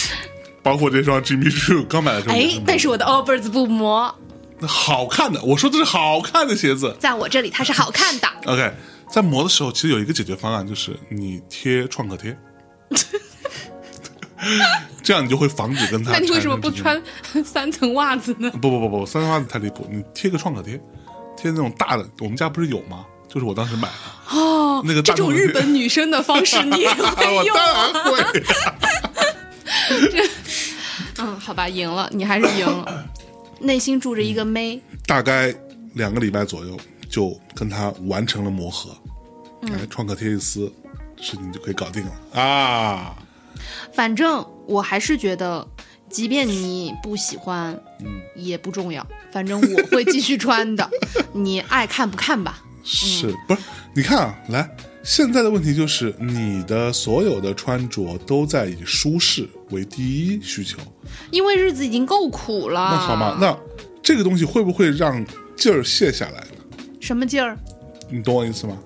Speaker 4: 包括这双 Jimmy Choo 刚买的时候也
Speaker 3: 哎
Speaker 4: 磨的。，
Speaker 3: 但是我的 Allbirds 不磨，
Speaker 4: 那好看的，我说的是好看的鞋子。
Speaker 3: 在我这里它是好看的。
Speaker 4: OK，在磨的时候，其实有一个解决方案，就是你贴创可贴， 这样你就会防止跟它。
Speaker 3: 那你为什么不？穿 三层袜子呢？
Speaker 4: 不不不不，三花子太离谱，你贴个创可贴，贴那种大的，我们家不是有吗？就是我当时买 的哦，那个
Speaker 3: 这
Speaker 4: 大
Speaker 3: 种
Speaker 4: 创可贴
Speaker 3: 日本女生的方 式你也
Speaker 4: 啊，我
Speaker 3: 会用
Speaker 4: 当
Speaker 3: 啊？
Speaker 4: 然会。
Speaker 3: 嗯，好吧，赢了，你还是赢了。内心住着一个
Speaker 4: 嗯
Speaker 3: 妹，
Speaker 4: 大概两个礼拜左右就跟他完成了磨合，
Speaker 3: 嗯
Speaker 4: 哎，创可贴一撕，事情就可以搞定了啊。
Speaker 3: 反正我还是觉得，即便你不喜欢，
Speaker 4: 嗯
Speaker 3: 也不重要，反正我会继续穿 的，你爱看不看吧。
Speaker 4: 是，不是？你看啊，来，现在的问题就是你的所有的穿着都在以舒适为第一需求，
Speaker 3: 因为日子已经够苦了，
Speaker 4: 那好吗？那这个东西会不会让劲儿卸下来呢？
Speaker 3: 什么劲儿，
Speaker 4: 你懂我意思吗？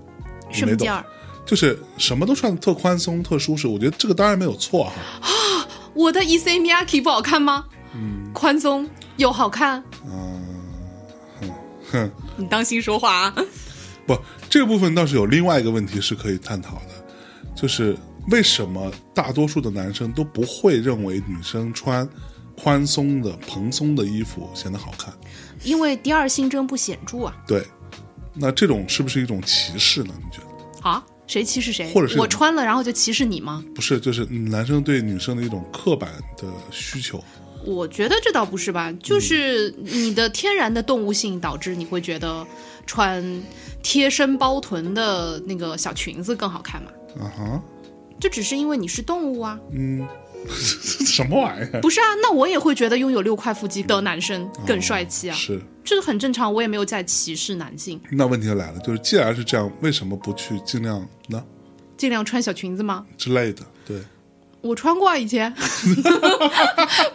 Speaker 4: 你
Speaker 3: 什
Speaker 4: 没
Speaker 3: 么
Speaker 4: 懂
Speaker 3: 劲儿？
Speaker 4: 就是什么都穿的特宽松、特舒适，我觉得这个当然没有错哈。
Speaker 3: 我的 E C Miyaki 不好看吗？
Speaker 4: 嗯
Speaker 3: 宽松又好看，
Speaker 4: 哼，
Speaker 3: 你当心说话啊。
Speaker 4: 不，这个部分倒是有另外一个问题是可以探讨的，就是为什么大多数的男生都不会认为女生穿宽松的、蓬松的衣服显得好看？
Speaker 3: 因为第二性征不显著啊。
Speaker 4: 对，那这种是不是一种歧视呢？你觉得？
Speaker 3: 啊，谁歧视谁？
Speaker 4: 或者是
Speaker 3: 我穿了，然后就歧视你吗？
Speaker 4: 不是，就是男生对女生的一种刻板的需求。
Speaker 3: 我觉得这倒不是吧，就是
Speaker 4: 嗯
Speaker 3: 你的天然的动物性导致你会觉得穿贴身包臀的那个小裙子更好看嘛。
Speaker 4: 啊哈，
Speaker 3: 这只是因为你是动物啊，
Speaker 4: 嗯， 什么玩意儿？
Speaker 3: 不是啊？那我也会觉得拥有六块腹肌的男生更帅气啊，
Speaker 4: 是，
Speaker 3: 这个很正常，我也没有在歧视男性。
Speaker 4: 那问题就来了，就是既然是这样，为什么不去尽量呢
Speaker 3: 尽量穿小裙子吗？
Speaker 4: 之类的？对，
Speaker 3: 我穿过啊，以前，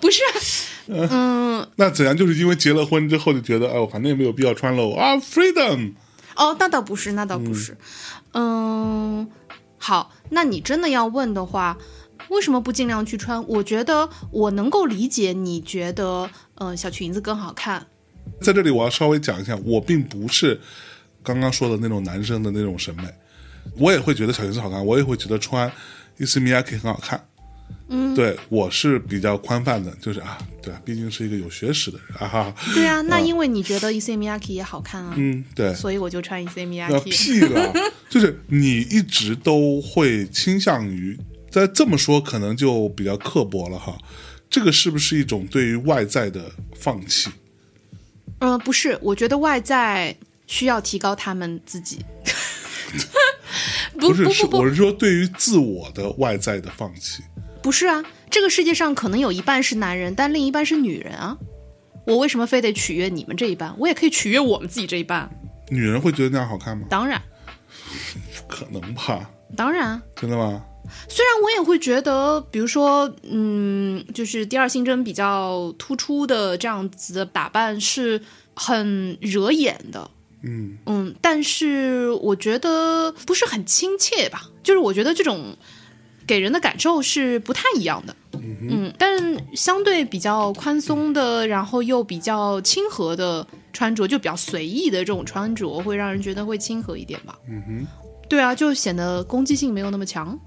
Speaker 3: 不 是，啊嗯
Speaker 4: 那怎样？就是因为结了婚之后就觉得，哎，我反正也没有必要穿了我啊，freedom。
Speaker 3: 哦，那倒不是，那倒不是。嗯好，那你真的要问的话，为什么不尽量去穿？我觉得我能够理解，你觉得嗯、呃小裙子更好看。
Speaker 4: 在这里我要稍微讲一下，我并不是刚刚说的那种男生的那种审美，我也会觉得小裙子好看，我也会觉得穿伊斯米亚 K 很好看。嗯，对我是比较宽泛的，就是啊，对啊，毕竟是一个有学识的人 啊哈。
Speaker 3: 对 啊，那因为你觉得 Issey Miyake 也好看啊，
Speaker 4: 嗯，对，
Speaker 3: 所以我就穿 Issey
Speaker 4: 那
Speaker 3: Miyake。
Speaker 4: 屁了，就是你一直都会倾向于，在这么说可能就比较刻薄了哈。这个是不是一种对于外在的放弃？
Speaker 3: 嗯、不是，我觉得外在需要提高他们自己。 不
Speaker 4: 是，
Speaker 3: 不
Speaker 4: 是
Speaker 3: 不不
Speaker 4: 我是说对于自我的外在的放弃。
Speaker 3: 不是啊，这个世界上可能有一半是男人，但另一半是女人啊。我为什么非得取悦你们这一半？我也可以取悦我们自己这一半。
Speaker 4: 女人会觉得那样好看吗？
Speaker 3: 当然，
Speaker 4: 不可能吧？
Speaker 3: 当然啊，
Speaker 4: 真的吗？
Speaker 3: 虽然我也会觉得，比如说，嗯，就是第二性征比较突出的这样子的打扮是很惹眼的，
Speaker 4: 嗯，
Speaker 3: 嗯，但是我觉得不是很亲切吧，就是我觉得这种给人的感受是不太一样的。嗯，但相对比较宽松的，然后又比较亲和的穿着，就比较随意的这种穿着，会让人觉得会亲和一点吧。嗯哼，对啊，就显得攻击性没有那么强。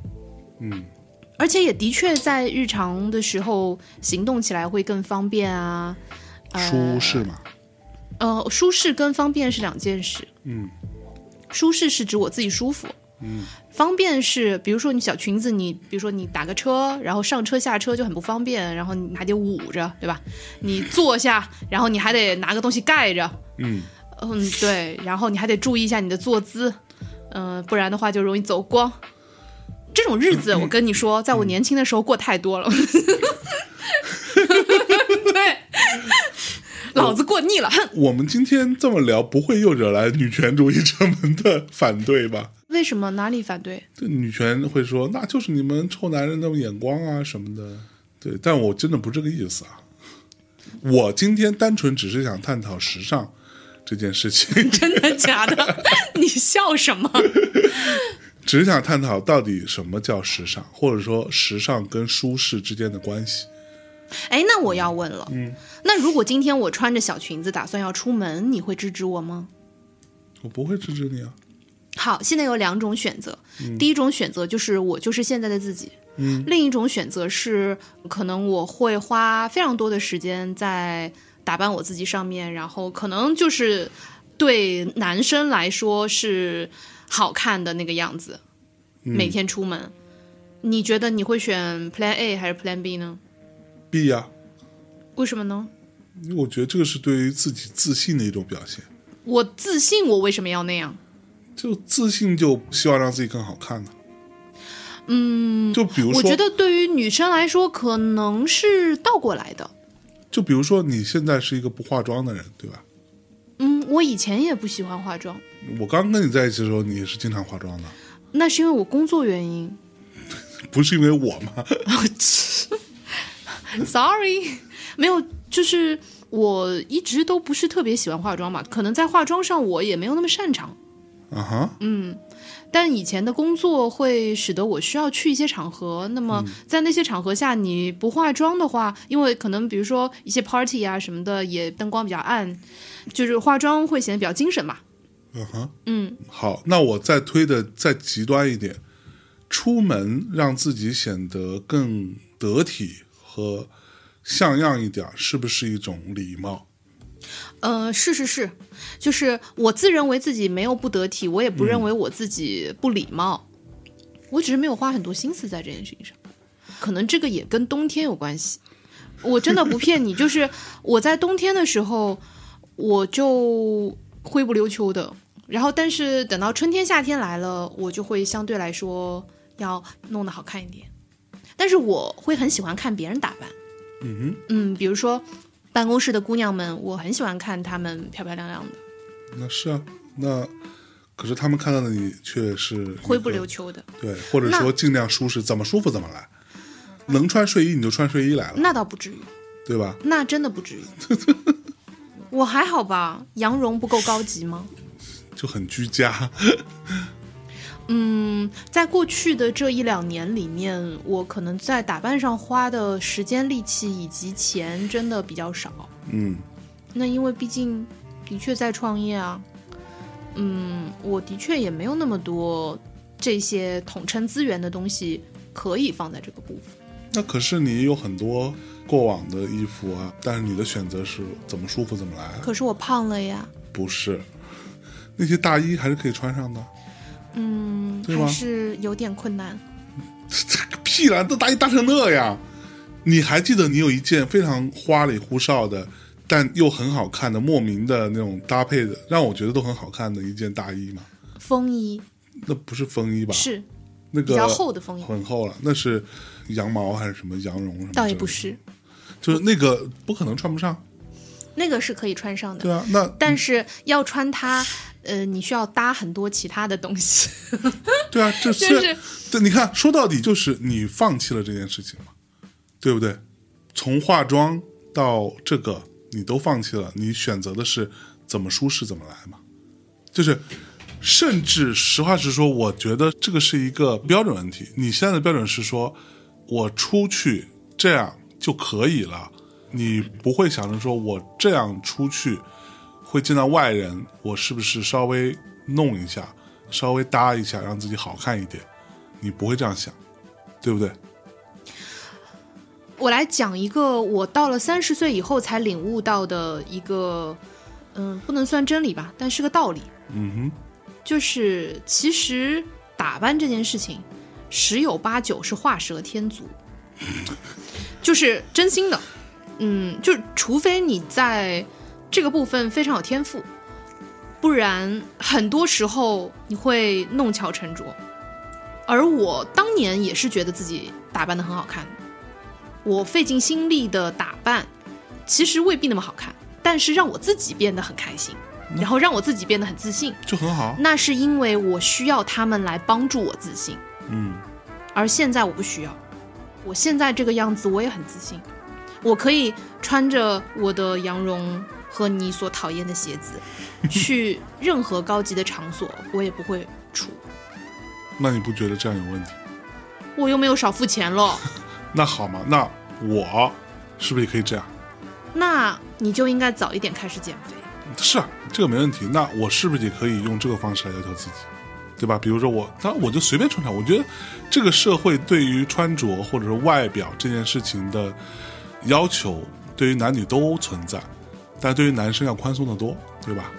Speaker 4: 嗯，
Speaker 3: 而且也的确在日常的时候行动起来会更方便啊。
Speaker 4: 舒适嘛。
Speaker 3: 呃，舒适跟方便是两件事。
Speaker 4: 嗯，
Speaker 3: 舒适是指我自己舒服。嗯，方便是比如说你小裙子你，比如说你打个车，然后上车下车就很不方便，然后你还得捂着，对吧？你坐下，然后你还得拿个东西盖着。
Speaker 4: 嗯，
Speaker 3: 嗯，对，然后你还得注意一下你的坐姿，嗯、不然的话就容易走光。这种日子，我跟你说，在我年轻的时候过太多了。
Speaker 4: 嗯
Speaker 3: 对，老子过腻了，哼。
Speaker 4: 我们今天这么聊，不会又惹来女权主义者们的反对吧？
Speaker 3: 为什么？哪里反对？
Speaker 4: 这女权会说，那就是你们臭男人的眼光啊什么的。对，但我真的不是这个意思啊。我今天单纯只是想探讨时尚这件事 情，
Speaker 3: 真的假 的？你笑什么？
Speaker 4: 只是想探讨到底什么叫时尚，或者说时尚跟舒适之间的关系。
Speaker 3: 哎，那我要问了，那如果今天我穿着小裙子打算要出门，你会制止我吗？
Speaker 4: 我不会制止你啊，
Speaker 3: 好，现在有两种选择，第一种选择就是我就是现在的自己，
Speaker 4: 嗯
Speaker 3: 另一种选择是可能我会花非常多的时间在打扮我自己上面，然后可能就是对男生来说是好看的那个样子，
Speaker 4: 嗯
Speaker 3: 每天出门。你觉得你会选 Plan A 还是 Plan B 呢？
Speaker 4: 必呀、啊，
Speaker 3: 为什么呢？
Speaker 4: 因为我觉得这个是对于自己自信的一种表现。
Speaker 3: 我自信，我为什么要那样？
Speaker 4: 就自信就希望让自己更好看呢、嗯，就比如
Speaker 3: 我
Speaker 4: 说，
Speaker 3: 觉得对于女生来说，可能是倒过来的。
Speaker 4: 就比如说你现在是一个不化妆的人，对吧？
Speaker 3: 嗯，我以前也不喜欢化妆，
Speaker 4: 我刚跟你在一起的时候，你也是经常化妆的，
Speaker 3: 那是因为我工作原 因。
Speaker 4: 不是因为我嘛？
Speaker 3: Sorry，没 有，就是我一直都不是特别喜欢化妆嘛，可能在化妆上我也没有那么擅长。
Speaker 4: 啊哈，
Speaker 3: 但以前的工作会使得我需要去一些场合，那么在那些场合下，你不化妆的话，因为可能比如说一些 party 啊什么的，也灯光比较暗，就是化妆会显得比较精神嘛。
Speaker 4: 嗯哼，
Speaker 3: 嗯，
Speaker 4: 好，那我再推的再极端一点，出门让自己显得更得体和像样一点儿，是不是一种礼貌？
Speaker 3: 呃，是是是，就是我自认为自己没有不得体，我也不认为我自己不礼貌，我只是没有花很多心思在这件事情上，可能这个也跟冬天有关系。我真的不骗你，就是我在冬天的时候，我就灰不溜秋的，然后但是等到春天夏天来了，我就会相对来说要弄得好看一点，但是我会很喜欢看别人打扮。
Speaker 4: 嗯
Speaker 3: 嗯，比如说办公室的姑娘们，我很喜欢看她们漂漂亮亮的，
Speaker 4: 哼，那是啊，那可是他们看到的你却是一个
Speaker 3: 灰不溜秋的。
Speaker 4: 对，或者说尽量舒适，怎么舒服怎么来。能穿睡衣你就穿睡衣来了，
Speaker 3: 那倒不至于，
Speaker 4: 对吧？
Speaker 3: 那真的不至于。我还好吧，羊绒不够高级吗？
Speaker 4: 就很居家。
Speaker 3: 嗯，在过去的这一两年里面，我可能在打扮上花的时间、力气以及钱真的比较少。
Speaker 4: 嗯，
Speaker 3: 那因为毕竟的确在创业啊，嗯，我的确也没有那么多这些统称资源的东西可以放在这个部分。
Speaker 4: 那可是你有很多过往的衣服啊，但是你的选择是怎么舒服怎么来啊。
Speaker 3: 可是我胖了呀，
Speaker 4: 不是，那些大衣还是可以穿上的。
Speaker 3: 嗯，
Speaker 4: 对吗
Speaker 3: 还是有点困难。
Speaker 4: 这个屁啦，都大衣搭成那样。你还记得你有一件非常花里胡哨的，但又很好看的，莫名的那种搭配的，让我觉得都很好看的一件大衣吗？
Speaker 3: 风衣
Speaker 4: 那不是风衣吧？
Speaker 3: 是
Speaker 4: 那个
Speaker 3: 比较厚的风衣
Speaker 4: 很厚了。那是羊毛还是什么羊绒什么？
Speaker 3: 倒也不，是，
Speaker 4: 就是那个不可能穿不上。
Speaker 3: 那个是可以穿上的。
Speaker 4: 对啊，那
Speaker 3: 但是要穿它，呃，你需要搭很多其他的东西。
Speaker 4: 对啊，
Speaker 3: 就
Speaker 4: 这
Speaker 3: 是
Speaker 4: 虽对，你看，说到底就是你放弃了这件事情嘛，对不对？从化妆到这个，你都放弃了，你选择的是怎么舒适怎么来嘛，就是。甚至实话实说，我觉得这个是一个标准问题。你现在的标准是说，我出去这样就可以了，你不会想着说我这样出去会见到外人，我是不是稍微弄一下，稍微搭一下，让自己好看一点？你不会这样想，对不对？
Speaker 3: 我来讲一个我到了三十岁以后才领悟到的一个，嗯、不能算真理吧，但是个道理，
Speaker 4: 嗯
Speaker 3: 就是其实打扮这件事情，十有八九是画蛇添足， 就是真心的，嗯，就是除非你在这个部分非常有天赋，不然很多时候你会弄巧成拙。而我当年也是觉得自己打扮的很好看的，我费尽心力的打扮，其实未必那么好看，但是让我自己变得很开心，然后让我自己变得很自信。
Speaker 4: 哼，就很好。
Speaker 3: 那是因为我需要他们来帮助我自信，
Speaker 4: 嗯，
Speaker 3: 而现在我不需要。我现在这个样子，我也很自信，我可以穿着我的羊绒和你所讨厌的鞋子，去任何高级的场所，我也不会出，
Speaker 4: 那你不觉得这样有问题？
Speaker 3: 我又没有少付钱了。
Speaker 4: 那好嘛，那我是不是也可以这样？
Speaker 3: 那你就应该早一点开始减肥。
Speaker 4: 是啊，这个没问题。那我是不是也可以用这个方式来要求自己，对吧？比如说我，那我就随便穿穿。我觉得这个社会对于穿着或者是外表这件事情的要求，对于男女都存在，但对于男生要宽松的多，对吧？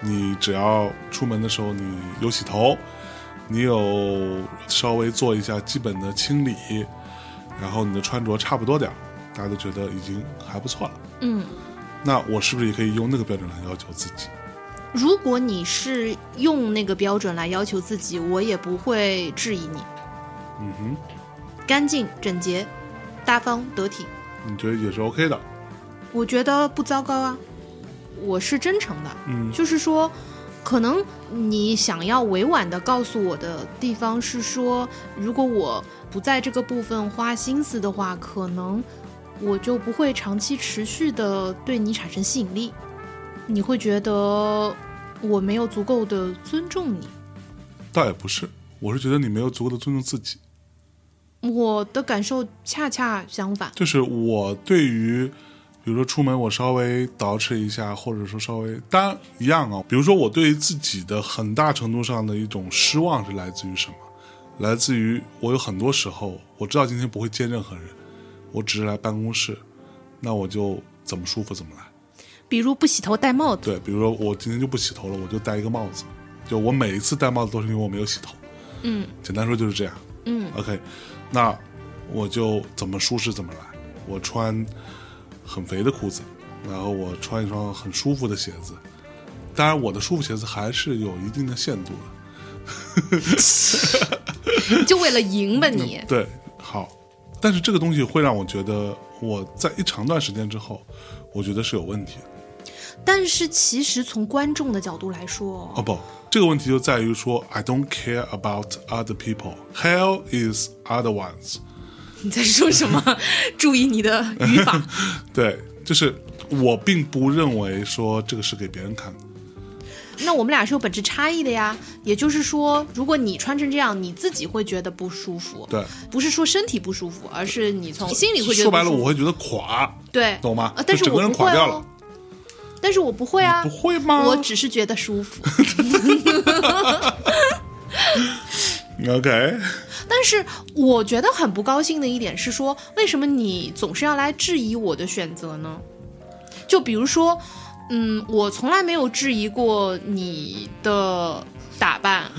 Speaker 4: 你只要出门的时候你有洗头，你有稍微做一下基本的清理，然后你的穿着差不多点儿，大家都觉得已经还不错了。
Speaker 3: 嗯，
Speaker 4: 那我是不是也可以用那个标准来要求自己？
Speaker 3: 如果你是用那个标准来要求自己，我也不会质疑你。
Speaker 4: 嗯哼，
Speaker 3: 干净、整洁、大方、得体，
Speaker 4: 你觉得也是 OK 的。
Speaker 3: 我觉得不糟糕啊，我是真诚的，
Speaker 4: 嗯
Speaker 3: 就是说，可能你想要委婉的告诉我的地方是说，如果我不在这个部分花心思的话，可能我就不会长期持续的对你产生吸引力，你会觉得我没有足够的尊重你。
Speaker 4: 倒也不是，我是觉得你没有足够的尊重自己。
Speaker 3: 我的感受恰恰相反，
Speaker 4: 就是我对于，比如说出门我稍微捯饬一下，或者说稍微，当然一样啊、比如说我对于自己的很大程度上的一种失望是来自于什么？来自于我有很多时候我知道今天不会见任何人，我只是来办公室，那我就怎么舒服怎么来。
Speaker 3: 比如不洗头戴帽子，
Speaker 4: 对，比如说我今天就不洗头了，我就戴一个帽子。就我每一次戴帽子都是因为我没有洗头。
Speaker 3: 嗯
Speaker 4: 简单说就是这样。
Speaker 3: 嗯
Speaker 4: ，OK，那我就怎么舒适怎么来。我穿很肥的裤子，然后我穿一双很舒服的鞋子。当然，我的舒服鞋子还是有一定的限度的。
Speaker 3: 就为了赢吧你。
Speaker 4: 对，好，但是这个东西会让我觉得，我在一长段时间之后，我觉得是有问题的。
Speaker 3: 但是其实从观众的角度来
Speaker 4: 哦
Speaker 3: 说，
Speaker 4: 不，这个问题就在于说，I don't care about other people. Hell is other ones.
Speaker 3: 你在说什 么？注意你的语法。
Speaker 4: 对，就是我并不认为说这个是给别人看的。
Speaker 3: 那我们俩是有本质差异的呀。也就是说，如果你穿成这样，你自己会觉得不舒服。
Speaker 4: 对，
Speaker 3: 不是说身体不舒服，而是你从心里会觉得
Speaker 4: 说白了，
Speaker 3: 不舒
Speaker 4: 我
Speaker 3: 服
Speaker 4: 会觉得垮。
Speaker 3: 对，
Speaker 4: 懂吗
Speaker 3: 呃但是
Speaker 4: 就整个
Speaker 3: 我
Speaker 4: 人
Speaker 3: 不会
Speaker 4: 垮掉
Speaker 3: 哦
Speaker 4: 了。
Speaker 3: 但是我不会啊
Speaker 4: 不，会吗？
Speaker 3: 我只是觉得舒服。
Speaker 4: OK，
Speaker 3: 但是我觉得很不高兴的一点是说，为什么你总是要来质疑我的选择呢？就比如说，嗯，我从来没有质疑过你的打扮，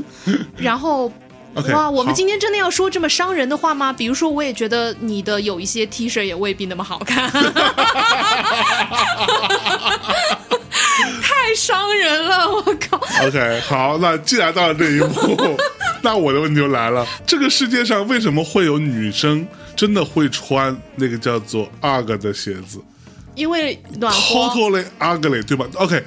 Speaker 3: 然后。
Speaker 4: OK，
Speaker 3: 哇，我们
Speaker 4: 好
Speaker 3: 今天真的要说这么伤人的话吗？比如说，我也觉得你的有一些 T 恤也未必那么好 看，太伤人了！我靠，
Speaker 4: OK，好，那既然到了这一步， 那我的问题就来了：这个世界上为什么会有女生真的会穿那个叫做 UGG 的鞋子
Speaker 3: 因为暖和，
Speaker 4: ？Totally ugly，对吧？OK，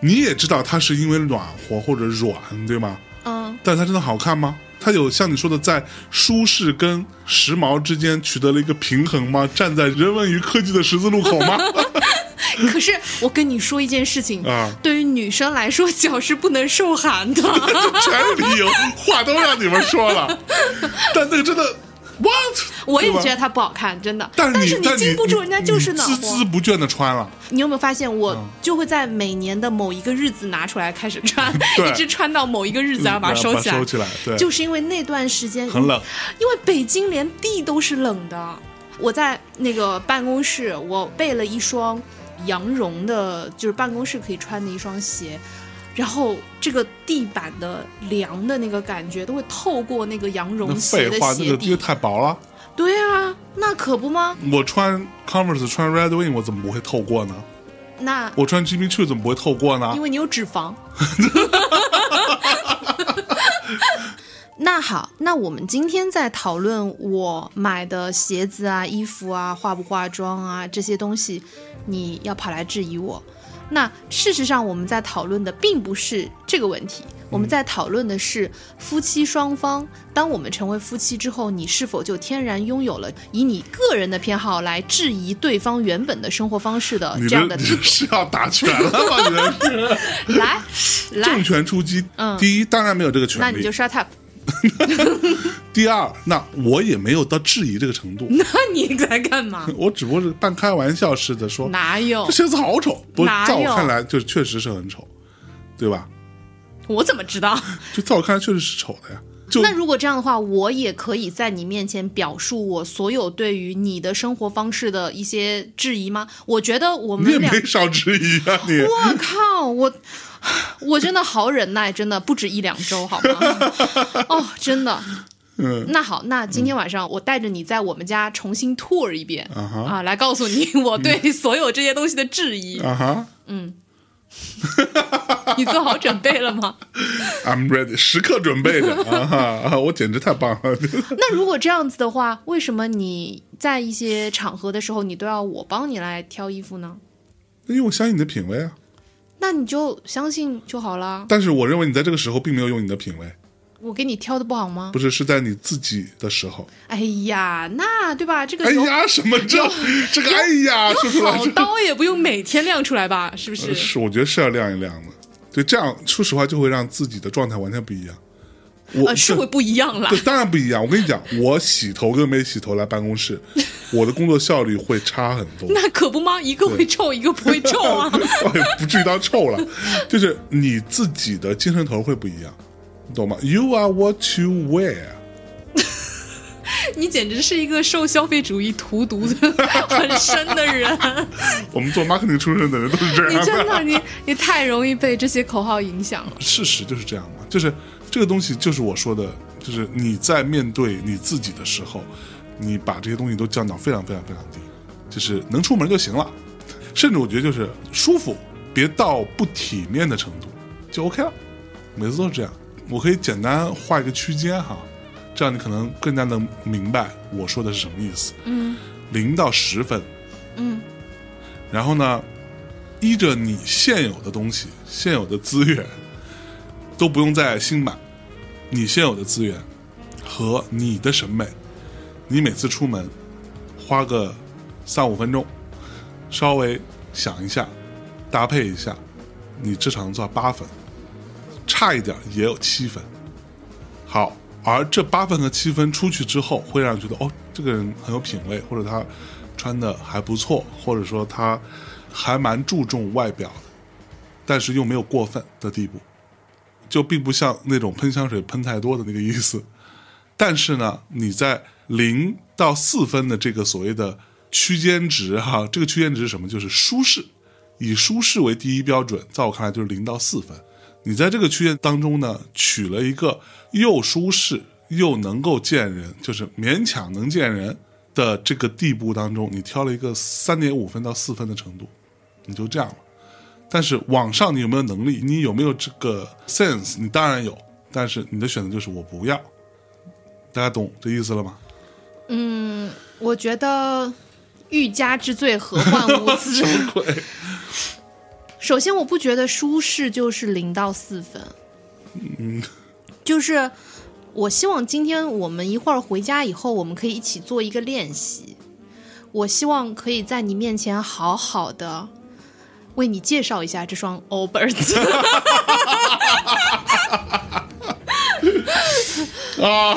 Speaker 4: 你也知道它是因为暖和或者软，对吗？
Speaker 3: 嗯，
Speaker 4: 但它真的好看吗？它有像你说的在舒适跟时髦之间取得了一个平衡吗？站在人文与科技的十字路口 吗？
Speaker 3: 可是我跟你说一件事情
Speaker 4: 啊
Speaker 3: 对于女生来说，脚是不能受寒 的。
Speaker 4: 全是理由，话都让你们说 了，但那个真的，what？
Speaker 3: 我也
Speaker 4: 对吧
Speaker 3: 觉得它不好看，真的。
Speaker 4: 但
Speaker 3: 是
Speaker 4: 你但
Speaker 3: 禁不住人家就是暖
Speaker 4: 孜
Speaker 3: 和
Speaker 4: 孜。不倦的穿了，
Speaker 3: 你有没有发现，
Speaker 4: 嗯
Speaker 3: 我就会在每年的某一个日子拿出来开始 穿，
Speaker 4: 对
Speaker 3: 一直穿到某一个日子，然后把它收起来。
Speaker 4: 嗯收起来，对，
Speaker 3: 就是因为那段时间
Speaker 4: 很冷，
Speaker 3: 因为北京连地都是冷的。我在那个办公室，我备了一双羊绒的，就是办公室可以穿的一双鞋，然后这个地板的凉的那个感觉都会透过那个羊
Speaker 4: 那
Speaker 3: 绒鞋
Speaker 4: 废
Speaker 3: 的
Speaker 4: 话，那
Speaker 3: 鞋
Speaker 4: 个因
Speaker 3: 底。
Speaker 4: 为太薄了。
Speaker 3: 对啊，那可不吗？
Speaker 4: 我穿 Converse 穿 Red Wing，我怎么不会透过呢？
Speaker 3: 那
Speaker 4: 我穿 Jimmy Choo 怎么不会透过呢
Speaker 3: 因？为你有脂肪。那好，那我们今天在讨论我买的鞋子啊、衣服啊、化不化妆啊这些东西，你要跑来质疑我。那事实上，我们在讨论的并不是这个问题，我们在讨论的是夫妻双方。当我们成为夫妻之后，你是否就天然拥有了以你个人的偏好来质疑对方原本的生活方式的
Speaker 4: 你
Speaker 3: 这样的
Speaker 4: 这 你
Speaker 3: 资
Speaker 4: 这是要打拳了吗？你 这是
Speaker 3: 格？来，来
Speaker 4: 重，拳出击。
Speaker 3: 嗯
Speaker 4: 第一，当然没有这个
Speaker 3: 那
Speaker 4: 权
Speaker 3: 你
Speaker 4: 利
Speaker 3: 就。shut up。
Speaker 4: 第二，那我也没有到质疑这个程度，
Speaker 3: 那你在干嘛？
Speaker 4: 我只不过是半开玩笑似的说，
Speaker 3: 哪有
Speaker 4: 这？鞋子好丑。不，
Speaker 3: 哪
Speaker 4: 在我
Speaker 3: 有
Speaker 4: 看来，就是确实是很丑，对吧？
Speaker 3: 我怎么知道？
Speaker 4: 就在我看来，确实是丑的呀。就
Speaker 3: 那如果这样的话，我也可以在你面前表述我所有对于你的生活方式的一些质疑吗？我觉得我
Speaker 4: 你也
Speaker 3: 们俩，
Speaker 4: 没少质疑啊，你。
Speaker 3: 我 靠，我我真的好忍耐，真的不止一两周，好吗？ 哦，真的。
Speaker 4: 嗯，
Speaker 3: 那好，那今天晚上我带着你在我们家重新 tour 一遍、
Speaker 4: 啊哈嗯
Speaker 3: 啊，来告诉你我对所有这些东西的质疑。
Speaker 4: 啊哈
Speaker 3: 你做好准备了吗？
Speaker 4: ，I'm ready，时刻准备着啊哈啊！我简直太棒了，
Speaker 3: 那如果这样子的话，为什么你在一些场合的时候，你都要我帮你来挑衣服呢？
Speaker 4: 因为我相信你的品味啊。
Speaker 3: 那你就相信就好啦。
Speaker 4: 但是我认为你在这个时候并没有用你的品味，
Speaker 3: 我给你挑的不好吗
Speaker 4: 不？是是在你自己的时候。
Speaker 3: 哎呀，那对吧？这个
Speaker 4: 哎
Speaker 3: 有、
Speaker 4: 呀，什么这 这个哎呀，说出来
Speaker 3: 好刀也不用每天亮出来吧？是不是？
Speaker 4: 这呃是我觉得是要晾一晾的。对，这样说实话就会让自己的状态完全不一样。我
Speaker 3: 呃，是会不一样啦
Speaker 4: 对，。当然不一样。我跟你讲，我洗头跟没洗头来办公室，我的工作效率会差很 多。
Speaker 3: 那可不吗？一个会臭，一个不会臭 啊！
Speaker 4: 也不至于到臭了，就是你自己的精神头会不一样，你懂吗？You are what you wear。
Speaker 3: 你简直是一个受消费主义荼毒的 很深的 人，
Speaker 4: 啊我们做 marketing 出身的人都是这
Speaker 3: 你
Speaker 4: 样
Speaker 3: 真
Speaker 4: 的，
Speaker 3: 的你你太容易被这些口号影响了。
Speaker 4: 事实就是这样嘛。就是这个东西，就是我说的，就是你在面对你自己的时候，你把这些东西都降到非常非常非常低，就是能出门就行了。甚至我觉得就是舒服，别到不体面的程度就 OK 了。每次都是这样，我可以简单画一个区间哈，这样你可能更加能明白我说的是什么意思。嗯，零到十分，
Speaker 3: 嗯，
Speaker 4: 然后呢，依着你现有的东西、现有的资源，都不用再新买，你现有的资源和你的审美，你每次出门花个三五分钟，稍微想一下，搭配一下，你至少能做到八分，差一点也有七分。好，而这八分和七分出去之后，会让人觉得哦，这个人很有品味，或者他穿的还不错，或者说他还蛮注重外表的。但是又没有过分的地步，就并不像那种喷香水喷太多的那个意思。但是呢，你在零到四分的这个所谓的区间值哈，这个区间值是什么？就是舒适，以舒适为第一标准，在我看来就是零到四分。你在这个区间当中呢，取了一个又舒适又能够见人，就是勉强能见人的这个地步当中，你挑了一个三点五分到四分的程度，你就这样了。但是往上你有没有能力，你有没有这个 sense，你当然有，但是你的选择就是我不要。大家懂这意思了吗？
Speaker 3: 我觉得欲加之罪，何患无辞？
Speaker 4: 鬼，
Speaker 3: 首先，我不觉得舒适就是零到四分，嗯，就是我希望今天我们一会儿回家以后，我们可以一起做一个练习。我希望可以在你面前好好的为你介绍一下这双 Allbirds，
Speaker 4: 啊，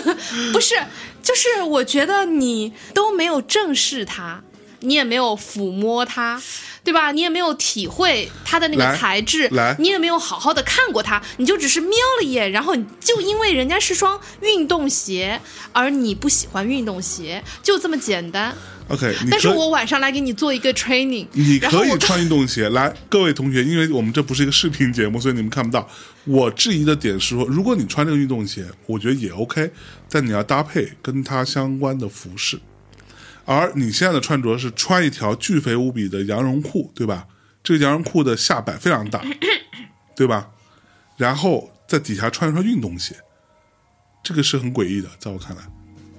Speaker 3: 不是，就是我觉得你都没有正视它，你也没有抚摸它，对吧？你也没有体会它的那
Speaker 4: 来
Speaker 3: 个材质，
Speaker 4: 来
Speaker 3: 哎你也没有好好的看过它，你就只是瞄了一眼，然后你就因为人家是双运动鞋，而你不喜欢运动鞋，就这么简单。
Speaker 4: OK，你
Speaker 3: 但是
Speaker 4: 可以
Speaker 3: 我晚上来给你做一个 training，
Speaker 4: 你
Speaker 3: 然后
Speaker 4: 可以
Speaker 3: 我
Speaker 4: 穿运动鞋来，各位同学，因为我们这不是一个视频节目，所以你们看不到。我质疑的点是说，如果你穿这个运动鞋，我觉得也 OK，但你要搭配跟它相关的服饰。而你现在的穿着是穿一条巨肥无比的羊绒裤，对吧？这个羊绒裤的下摆非常大， 对吧？然后在底下穿一双运动鞋，这个是很诡异的，在我看来，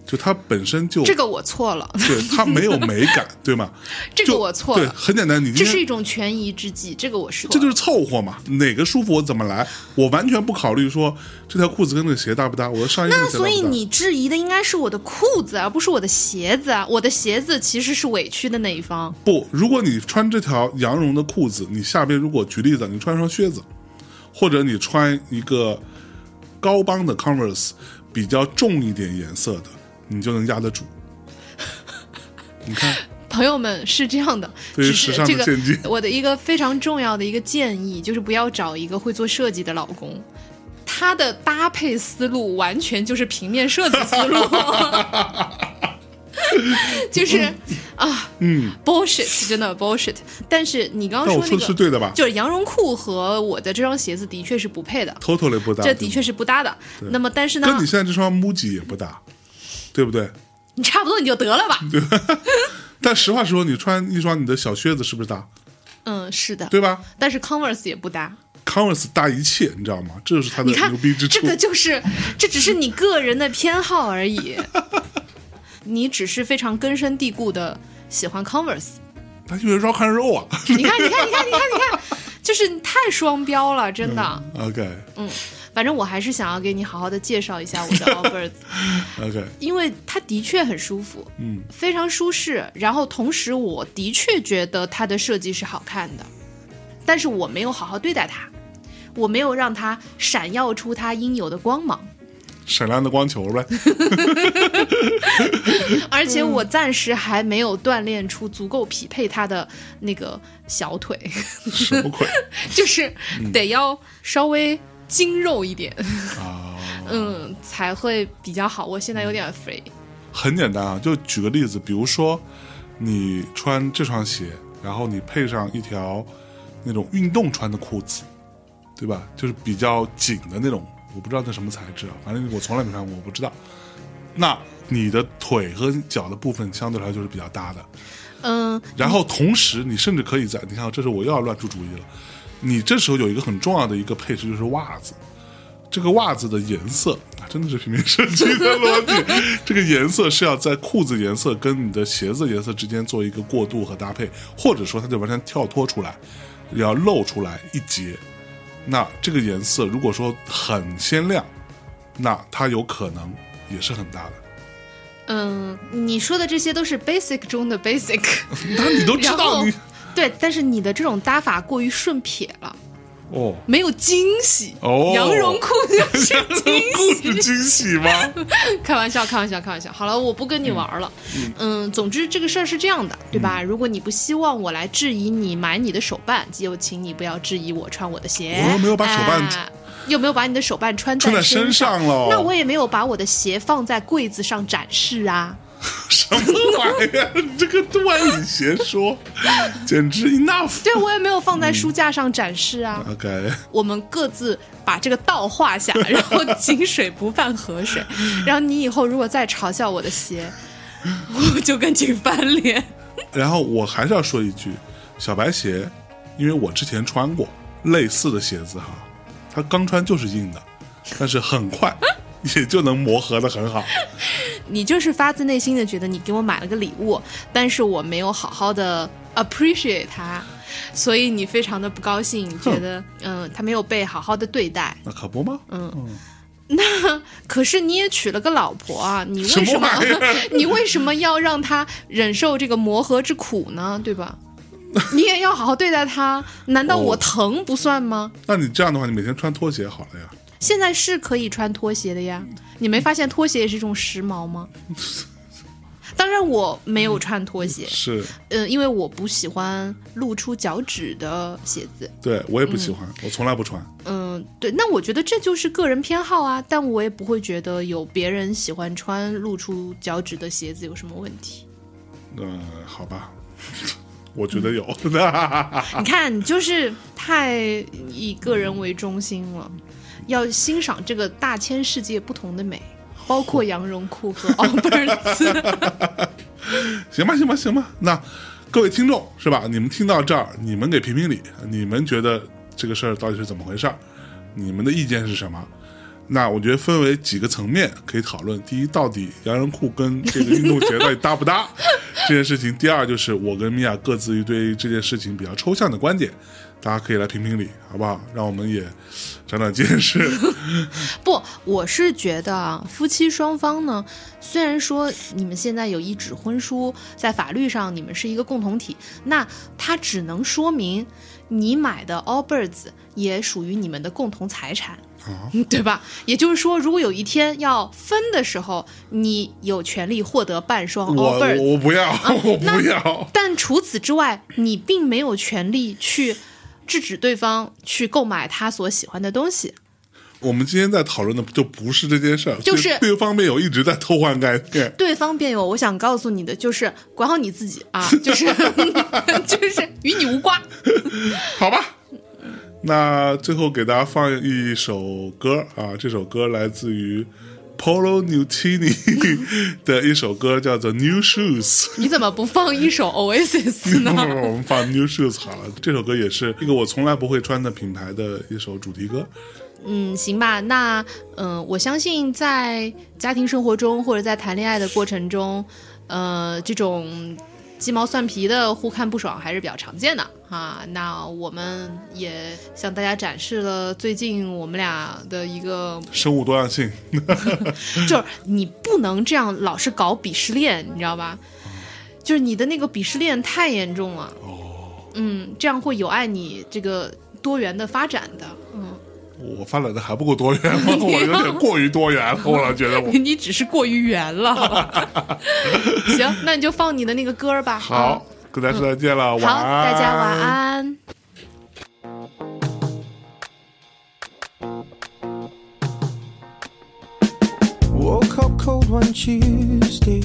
Speaker 4: 就它本身就
Speaker 3: 这个我错了，
Speaker 4: 对它没有美感，对吗？
Speaker 3: 这个
Speaker 4: 就
Speaker 3: 我错
Speaker 4: 对，
Speaker 3: 了，
Speaker 4: 很简单，你今
Speaker 3: 这
Speaker 4: 天
Speaker 3: 是一种权宜之计，这个我是错
Speaker 4: 这就
Speaker 3: 了。
Speaker 4: 是凑合嘛，哪个舒服我怎么来，我完全不考虑说这条裤子跟这个鞋搭不搭，我的上衣跟这
Speaker 3: 那
Speaker 4: 个鞋搭不
Speaker 3: 所
Speaker 4: 搭。
Speaker 3: 以你质疑的应该是我的裤子，而不是我的鞋子啊！我的鞋子其实是委屈的那一方。
Speaker 4: 不，如果你穿这条羊绒的裤子，你下边如果举例子，你穿双靴子，或者你穿一个高帮的 Converse，比较重一点颜色的，你就能压得住。你看，
Speaker 3: 朋友们是这样的，
Speaker 4: 对于
Speaker 3: 只
Speaker 4: 时
Speaker 3: 是
Speaker 4: 尚的
Speaker 3: 这个
Speaker 4: 陷阱
Speaker 3: 我的一个非常重要的一个建议就是不要找一个会做设计的老公，他的搭配思路完全就是平面设计思路， 就是啊，嗯，bullshit，真的 bullshit。但是你刚刚
Speaker 4: 但我
Speaker 3: 说
Speaker 4: 说
Speaker 3: 那
Speaker 4: 的
Speaker 3: 个
Speaker 4: 是对的吧？
Speaker 3: 就是羊绒裤和我的这双鞋子的确是不配的，
Speaker 4: totally 不搭，
Speaker 3: 这的确是不搭的。那么但是呢
Speaker 4: 跟你，现在这双 MUJI 也不搭，对不对？
Speaker 3: 你差不多你就得了吧。
Speaker 4: 但实话实说，你穿一双你的小靴子是不是搭？
Speaker 3: 嗯，是的。
Speaker 4: 对吧？
Speaker 3: 但是 Converse 也不搭。
Speaker 4: Converse 搭一切，你知道吗？这就是它的
Speaker 3: 你看
Speaker 4: 牛逼之处。
Speaker 3: 这个就是，这只是你个人的偏好而 已。你只是非常根深蒂固的喜欢 Converse。
Speaker 4: 他因为 rock and roll 啊。
Speaker 3: 你看，你看，你看，你看，你看， 就是太双标了，真的。
Speaker 4: 嗯 OK
Speaker 3: 反正我还是想要给你好好的介绍一下我 的 Allbirds，
Speaker 4: OK，
Speaker 3: 因为它的确很舒服，
Speaker 4: 嗯，
Speaker 3: 非常舒适。然后同时，我的确觉得它的设计是好看的，但是我没有好好对待它，我没有让它闪耀出它应有的光芒。
Speaker 4: 闪亮的光球呗。
Speaker 3: 而且我暂时还没有锻炼出足够匹配他的那个小腿，
Speaker 4: 什么鬼
Speaker 3: 就是得要稍微精肉一点，
Speaker 4: 啊？
Speaker 3: 嗯，才会比较好。我现在有点肥，
Speaker 4: 很简单啊，就举个例子，比如说你穿这双鞋，然后你配上一条那种运动穿的裤子，对吧？就是比较紧的那种，我不知道那什么材质啊，反正我从来没穿过，我不知道。那你的腿和脚的部分相对来说就是比较搭的，
Speaker 3: 嗯，
Speaker 4: 然后同时，你甚至可以在你看，这是我又要乱出主意了。你这时候有一个很重要的一个配置就是袜子，这个袜子的颜色啊，真的是平面设计的逻辑。 这个颜色是要在裤子颜色跟你的鞋子颜色之间做一个过渡和搭配，或者说它就完全跳脱出来，也要露出来一截。那这个颜色如果说很鲜亮，那它有可能也是很大的。
Speaker 3: 嗯，你说的这些都是 basic 中的 basic，
Speaker 4: 那你都知
Speaker 3: 然
Speaker 4: 道
Speaker 3: 后
Speaker 4: 你
Speaker 3: 对，但是你的这种搭法过于顺撇了。
Speaker 4: 哦，
Speaker 3: 没有惊喜。
Speaker 4: 哦
Speaker 3: 羊绒裤就是惊喜
Speaker 4: 故。事惊喜吗？
Speaker 3: 开玩笑，开玩笑，开玩笑。好了，我不跟你玩了。嗯，总之这个事儿是这样的，对
Speaker 4: 嗯
Speaker 3: 吧？如果你不希望我来质疑你买你的手办，就请你不要质疑我穿我的鞋。
Speaker 4: 我又没有把手办
Speaker 3: 哎又没有把你的手办穿
Speaker 4: 穿在
Speaker 3: 身
Speaker 4: 身上了
Speaker 3: 那我也没有把我的鞋放在柜子上展示啊。
Speaker 4: 什么玩意儿？你这个歪理邪说，简直 enough。
Speaker 3: 对，我也没有放在书架上展示啊。
Speaker 4: OK，
Speaker 3: 我们各自把这个道画 下，然后井水不犯河水。然后你以后如果再嘲笑我的鞋，我就跟你翻脸。
Speaker 4: 然后我还是要说一句，小白鞋，因为我之前穿过类似的鞋子哈，它刚穿就是硬的，但是很快也就能磨合的很好。
Speaker 3: 你就是发自内心的觉得你给我买了个礼物，但是我没有好好的 appreciate 它，所以你非常的不高兴，觉得嗯，它没有被好好的对待。
Speaker 4: 那可不吗？嗯
Speaker 3: 可是你也娶了个老婆啊，你
Speaker 4: 什
Speaker 3: 为
Speaker 4: 么
Speaker 3: 什么
Speaker 4: 玩意儿
Speaker 3: 你为什么要让她忍受这个磨合之苦呢？对 吧？你也要好好对待她，难道我
Speaker 4: 哦
Speaker 3: 疼不算吗？
Speaker 4: 那你这样的话，你每天穿拖鞋好了呀。
Speaker 3: 现在是可以穿拖鞋的呀，你没发现拖鞋也是一种时髦 吗？当然我没有穿拖鞋，
Speaker 4: 是，
Speaker 3: 嗯，因为我不喜欢露出脚趾的鞋子。
Speaker 4: 对我也不喜欢，我从来不穿。
Speaker 3: 嗯，对，那我觉得这就是个人偏好啊，但我也不会觉得有别人喜欢穿露出脚趾的鞋子有什么问题。
Speaker 4: 呃，好 吧，我觉得有。
Speaker 3: 你看，你就是太以个人为中心了，要欣赏这个大千世界不同的美。包括羊绒裤和 奥贝尔斯，
Speaker 4: 行吧，行吧，行吧。那各位听众是吧？你们听到这儿，你们给评评理，你们觉得这个事儿到底是怎么回事儿？你们的意见是什么？那我觉得分为几个层面可以讨论。第一，到底羊绒裤跟这个运动鞋到底搭不搭 这件事情；第二，就是我跟米娅各自于对这件事情比较抽象的观点，大家可以来评评理，好不好？让我们也长长见识。
Speaker 3: 不，我是觉得啊，夫妻双方呢，虽然说你们现在有一纸婚书，在法律上你们是一个共同体，那它只能说明你买的 Allbirds 也属于你们的共同财产。
Speaker 4: 啊
Speaker 3: 对吧？也就是说，如果有一天要分的时候，你有权利获得半双
Speaker 4: 我
Speaker 3: Allbirds，
Speaker 4: 我不要，我不要。
Speaker 3: 但除此之外，你并没有权利去制止对方去购买他所喜欢的东西。
Speaker 4: 我们今天在讨论的就不是这件事儿，
Speaker 3: 就是
Speaker 4: 对方面有一直在偷换概 念。
Speaker 3: 对方辩友，我想告诉你的就是管好你自己啊，就是 就是与你无瓜。
Speaker 4: 好吧。那最后给大家放一首歌啊，这首歌来自于 Polo Nutini 的一首歌，叫做《New Shoes》。
Speaker 3: 你怎么不放一首 Oasis
Speaker 4: 不
Speaker 3: 呢？
Speaker 4: 不 不我们放 New Shoes 好了，这首歌也是一个我从来不会穿的品牌的一首主题歌。
Speaker 3: 嗯，行吧，那嗯、呃我相信在家庭生活中或者在谈恋爱的过程中，呃，这种鸡毛蒜皮的互看不爽还是比较常见的啊。那我们也向大家展示了最近我们俩的一个
Speaker 4: 生物多样性，
Speaker 3: 就是你不能这样老是搞鄙视链，你知道吧？就是你的那个鄙视链太严重了。嗯，这样会有碍你这个多元的发展的。
Speaker 4: 我发展的还不够多元吗？我有点过于多元了，我老觉 得我。
Speaker 3: 你只是过于圆了，好吧？ 行，那你就放你的那个歌儿吧。啊
Speaker 4: 好，跟大家说再见了，晚
Speaker 3: 好，
Speaker 4: 安，
Speaker 3: 大家晚。安。
Speaker 2: Woke up cold one Tuesday.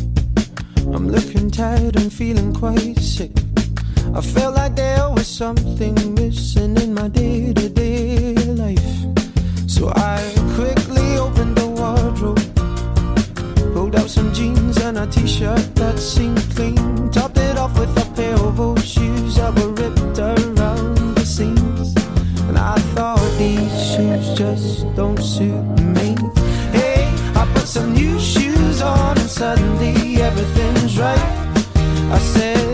Speaker 2: I'm looking tired and feeling quite sick. I felt like there was something missing in my day to day life. So I quickly opened the wardrobe, pulled out some jeans and a t shirt that seemed clean. Topped it off with a pair of old shoes that were ripped around the seams. And I thought these shoes just don't suit me. Hey, I put some new shoes on and suddenly everything's right. I said,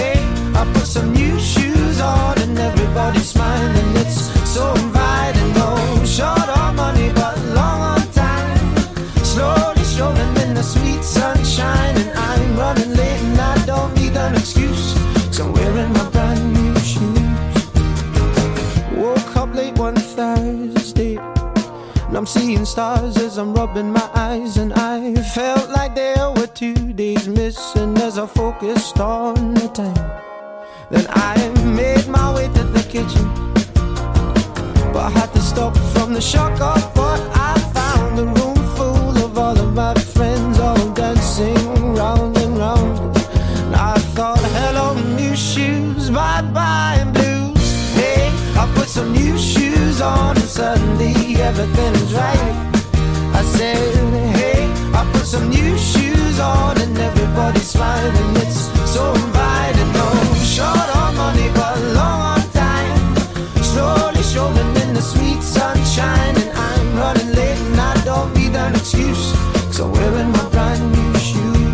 Speaker 2: hey, I put some new shoes on and everybody's smiling. It's so inviting. No short on money, but long on time. Slowly strolling in the sweet sunshine and I'm running late and I don't need an excuse. felt like there were two days missing as I focused on the time. Then I made my way to the kitchen, but I had to stop from the shock of what I found. A room full of all of my friends, all dancing round and round. And I thought, hello, new shoes, bye bye, blues. Hey, I put some new shoes on, and suddenly everything's right. I said, hey, I put some new shoes on and everybody's smiling. It's so inviting. No short on money, but long on time. Slowly strolling in the sweet sunshine, and I'm running late and I don't need an excuse. Cause I'm wearing my brand new shoes.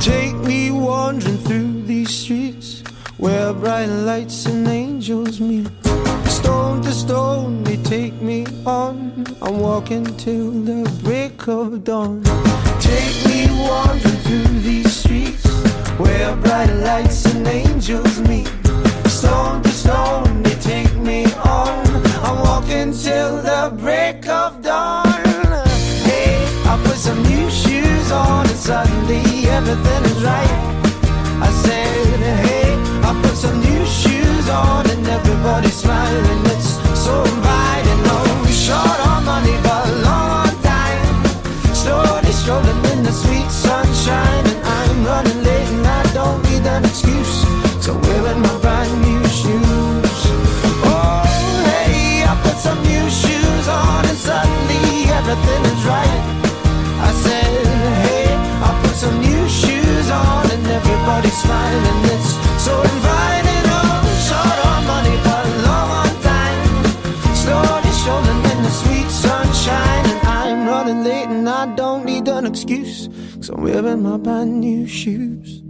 Speaker 2: Take me wandering through these streets where bright lights and angels meet. Stone to stone, they take me on. I'm walking till the break of dawn. Take me wandering through these streets where bright lights and angels meet. Stone to stone, they take me on. I'm walking till the break of dawn. Hey, I put some new shoes on, and suddenly everything is right. I said, hey, I put some new shoes on and everybody's smiling. It's so oh, inviting. No short on money, but long on time. Slowly strolling in the sweet sunshine, and I'm running late and I don't need an excuse. So wearing my brand new shoes. Oh, hey, I put some new shoes on and suddenly everything is right. I said, hey, I put some new shoes on and everybody's smiling. It's so inviting. Oh, short on money, but long on time. Slowly strolling in the sweet sunshine. And I'm running late and I don't need an excuse. Cause I'm wearing my brand new shoes.